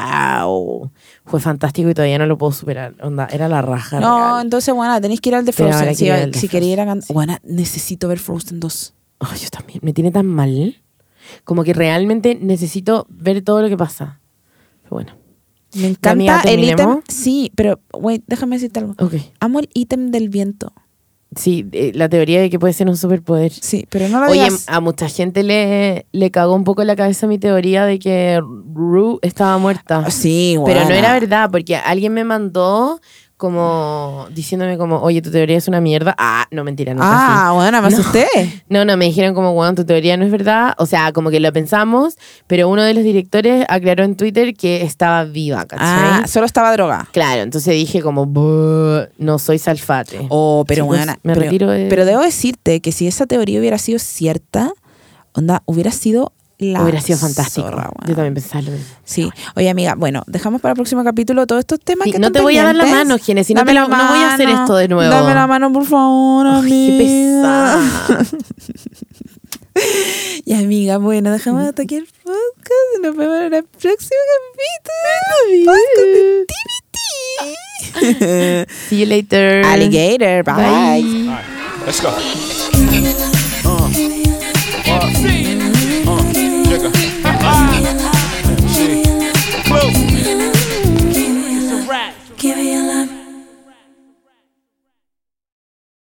wow, fue fantástico y todavía no lo puedo superar, onda, era la raja.
No,
real.
entonces, bueno, tenéis que ir al de
Pero ahora
Frozen. Si,
quiero ir al de
si quería ir a
Frozen,
cantar. Bueno, necesito ver Frozen 2.
Ay, yo también, me tiene tan mal, como que realmente necesito ver todo lo que pasa. Pero bueno,
Me
Ya, amiga,
encanta el ítem.
¿terminemos?
Sí, pero, güey, déjame decirte algo.
ok.
Amo el ítem del viento.
Sí, eh, la teoría de que puede ser un superpoder.
Sí, pero no lo
Oye,
digas.
a mucha gente le, le cagó un poco la cabeza mi teoría de que Rue estaba muerta.
Ah, sí, güey.
ah, Pero no era verdad, porque alguien me mandó como diciéndome como, oye, tu teoría es una mierda. Ah, no, mentira, no. fue así.
Ah, bueno, me
No.
asusté.
No, no, me dijeron como, bueno, tu teoría no es verdad. O sea, como que lo pensamos, pero uno de los directores aclaró en Twitter que estaba viva, ¿cachai?
Ah, solo estaba droga.
Claro, entonces dije como, "Buh, no soy salfate.
Oh, pero
Chicos,
buena.
pues, me
pero,
retiro de-
pero debo decirte que si esa teoría hubiera sido cierta, onda, hubiera sido la.
Hubiera sido fantástico.
zorra, weona.
Yo también pensaba lo mismo.
Sí. Oye, amiga, bueno, dejamos para el próximo capítulo todos estos temas
Sí,
que
no
están
te voy a dar la
pendientes.
mano, Genesis, no
Dame
te
la
la- no voy a hacer
mano,
esto de nuevo.
Dame la mano, por favor,
Ay, qué
amiga.
pesada.
Y amiga, bueno, dejamos hasta aquí el podcast. Nos vemos en el próximo capítulo. Podcast de TBT.
See you later.
Alligator, bye.
All right, let's go.
Bye.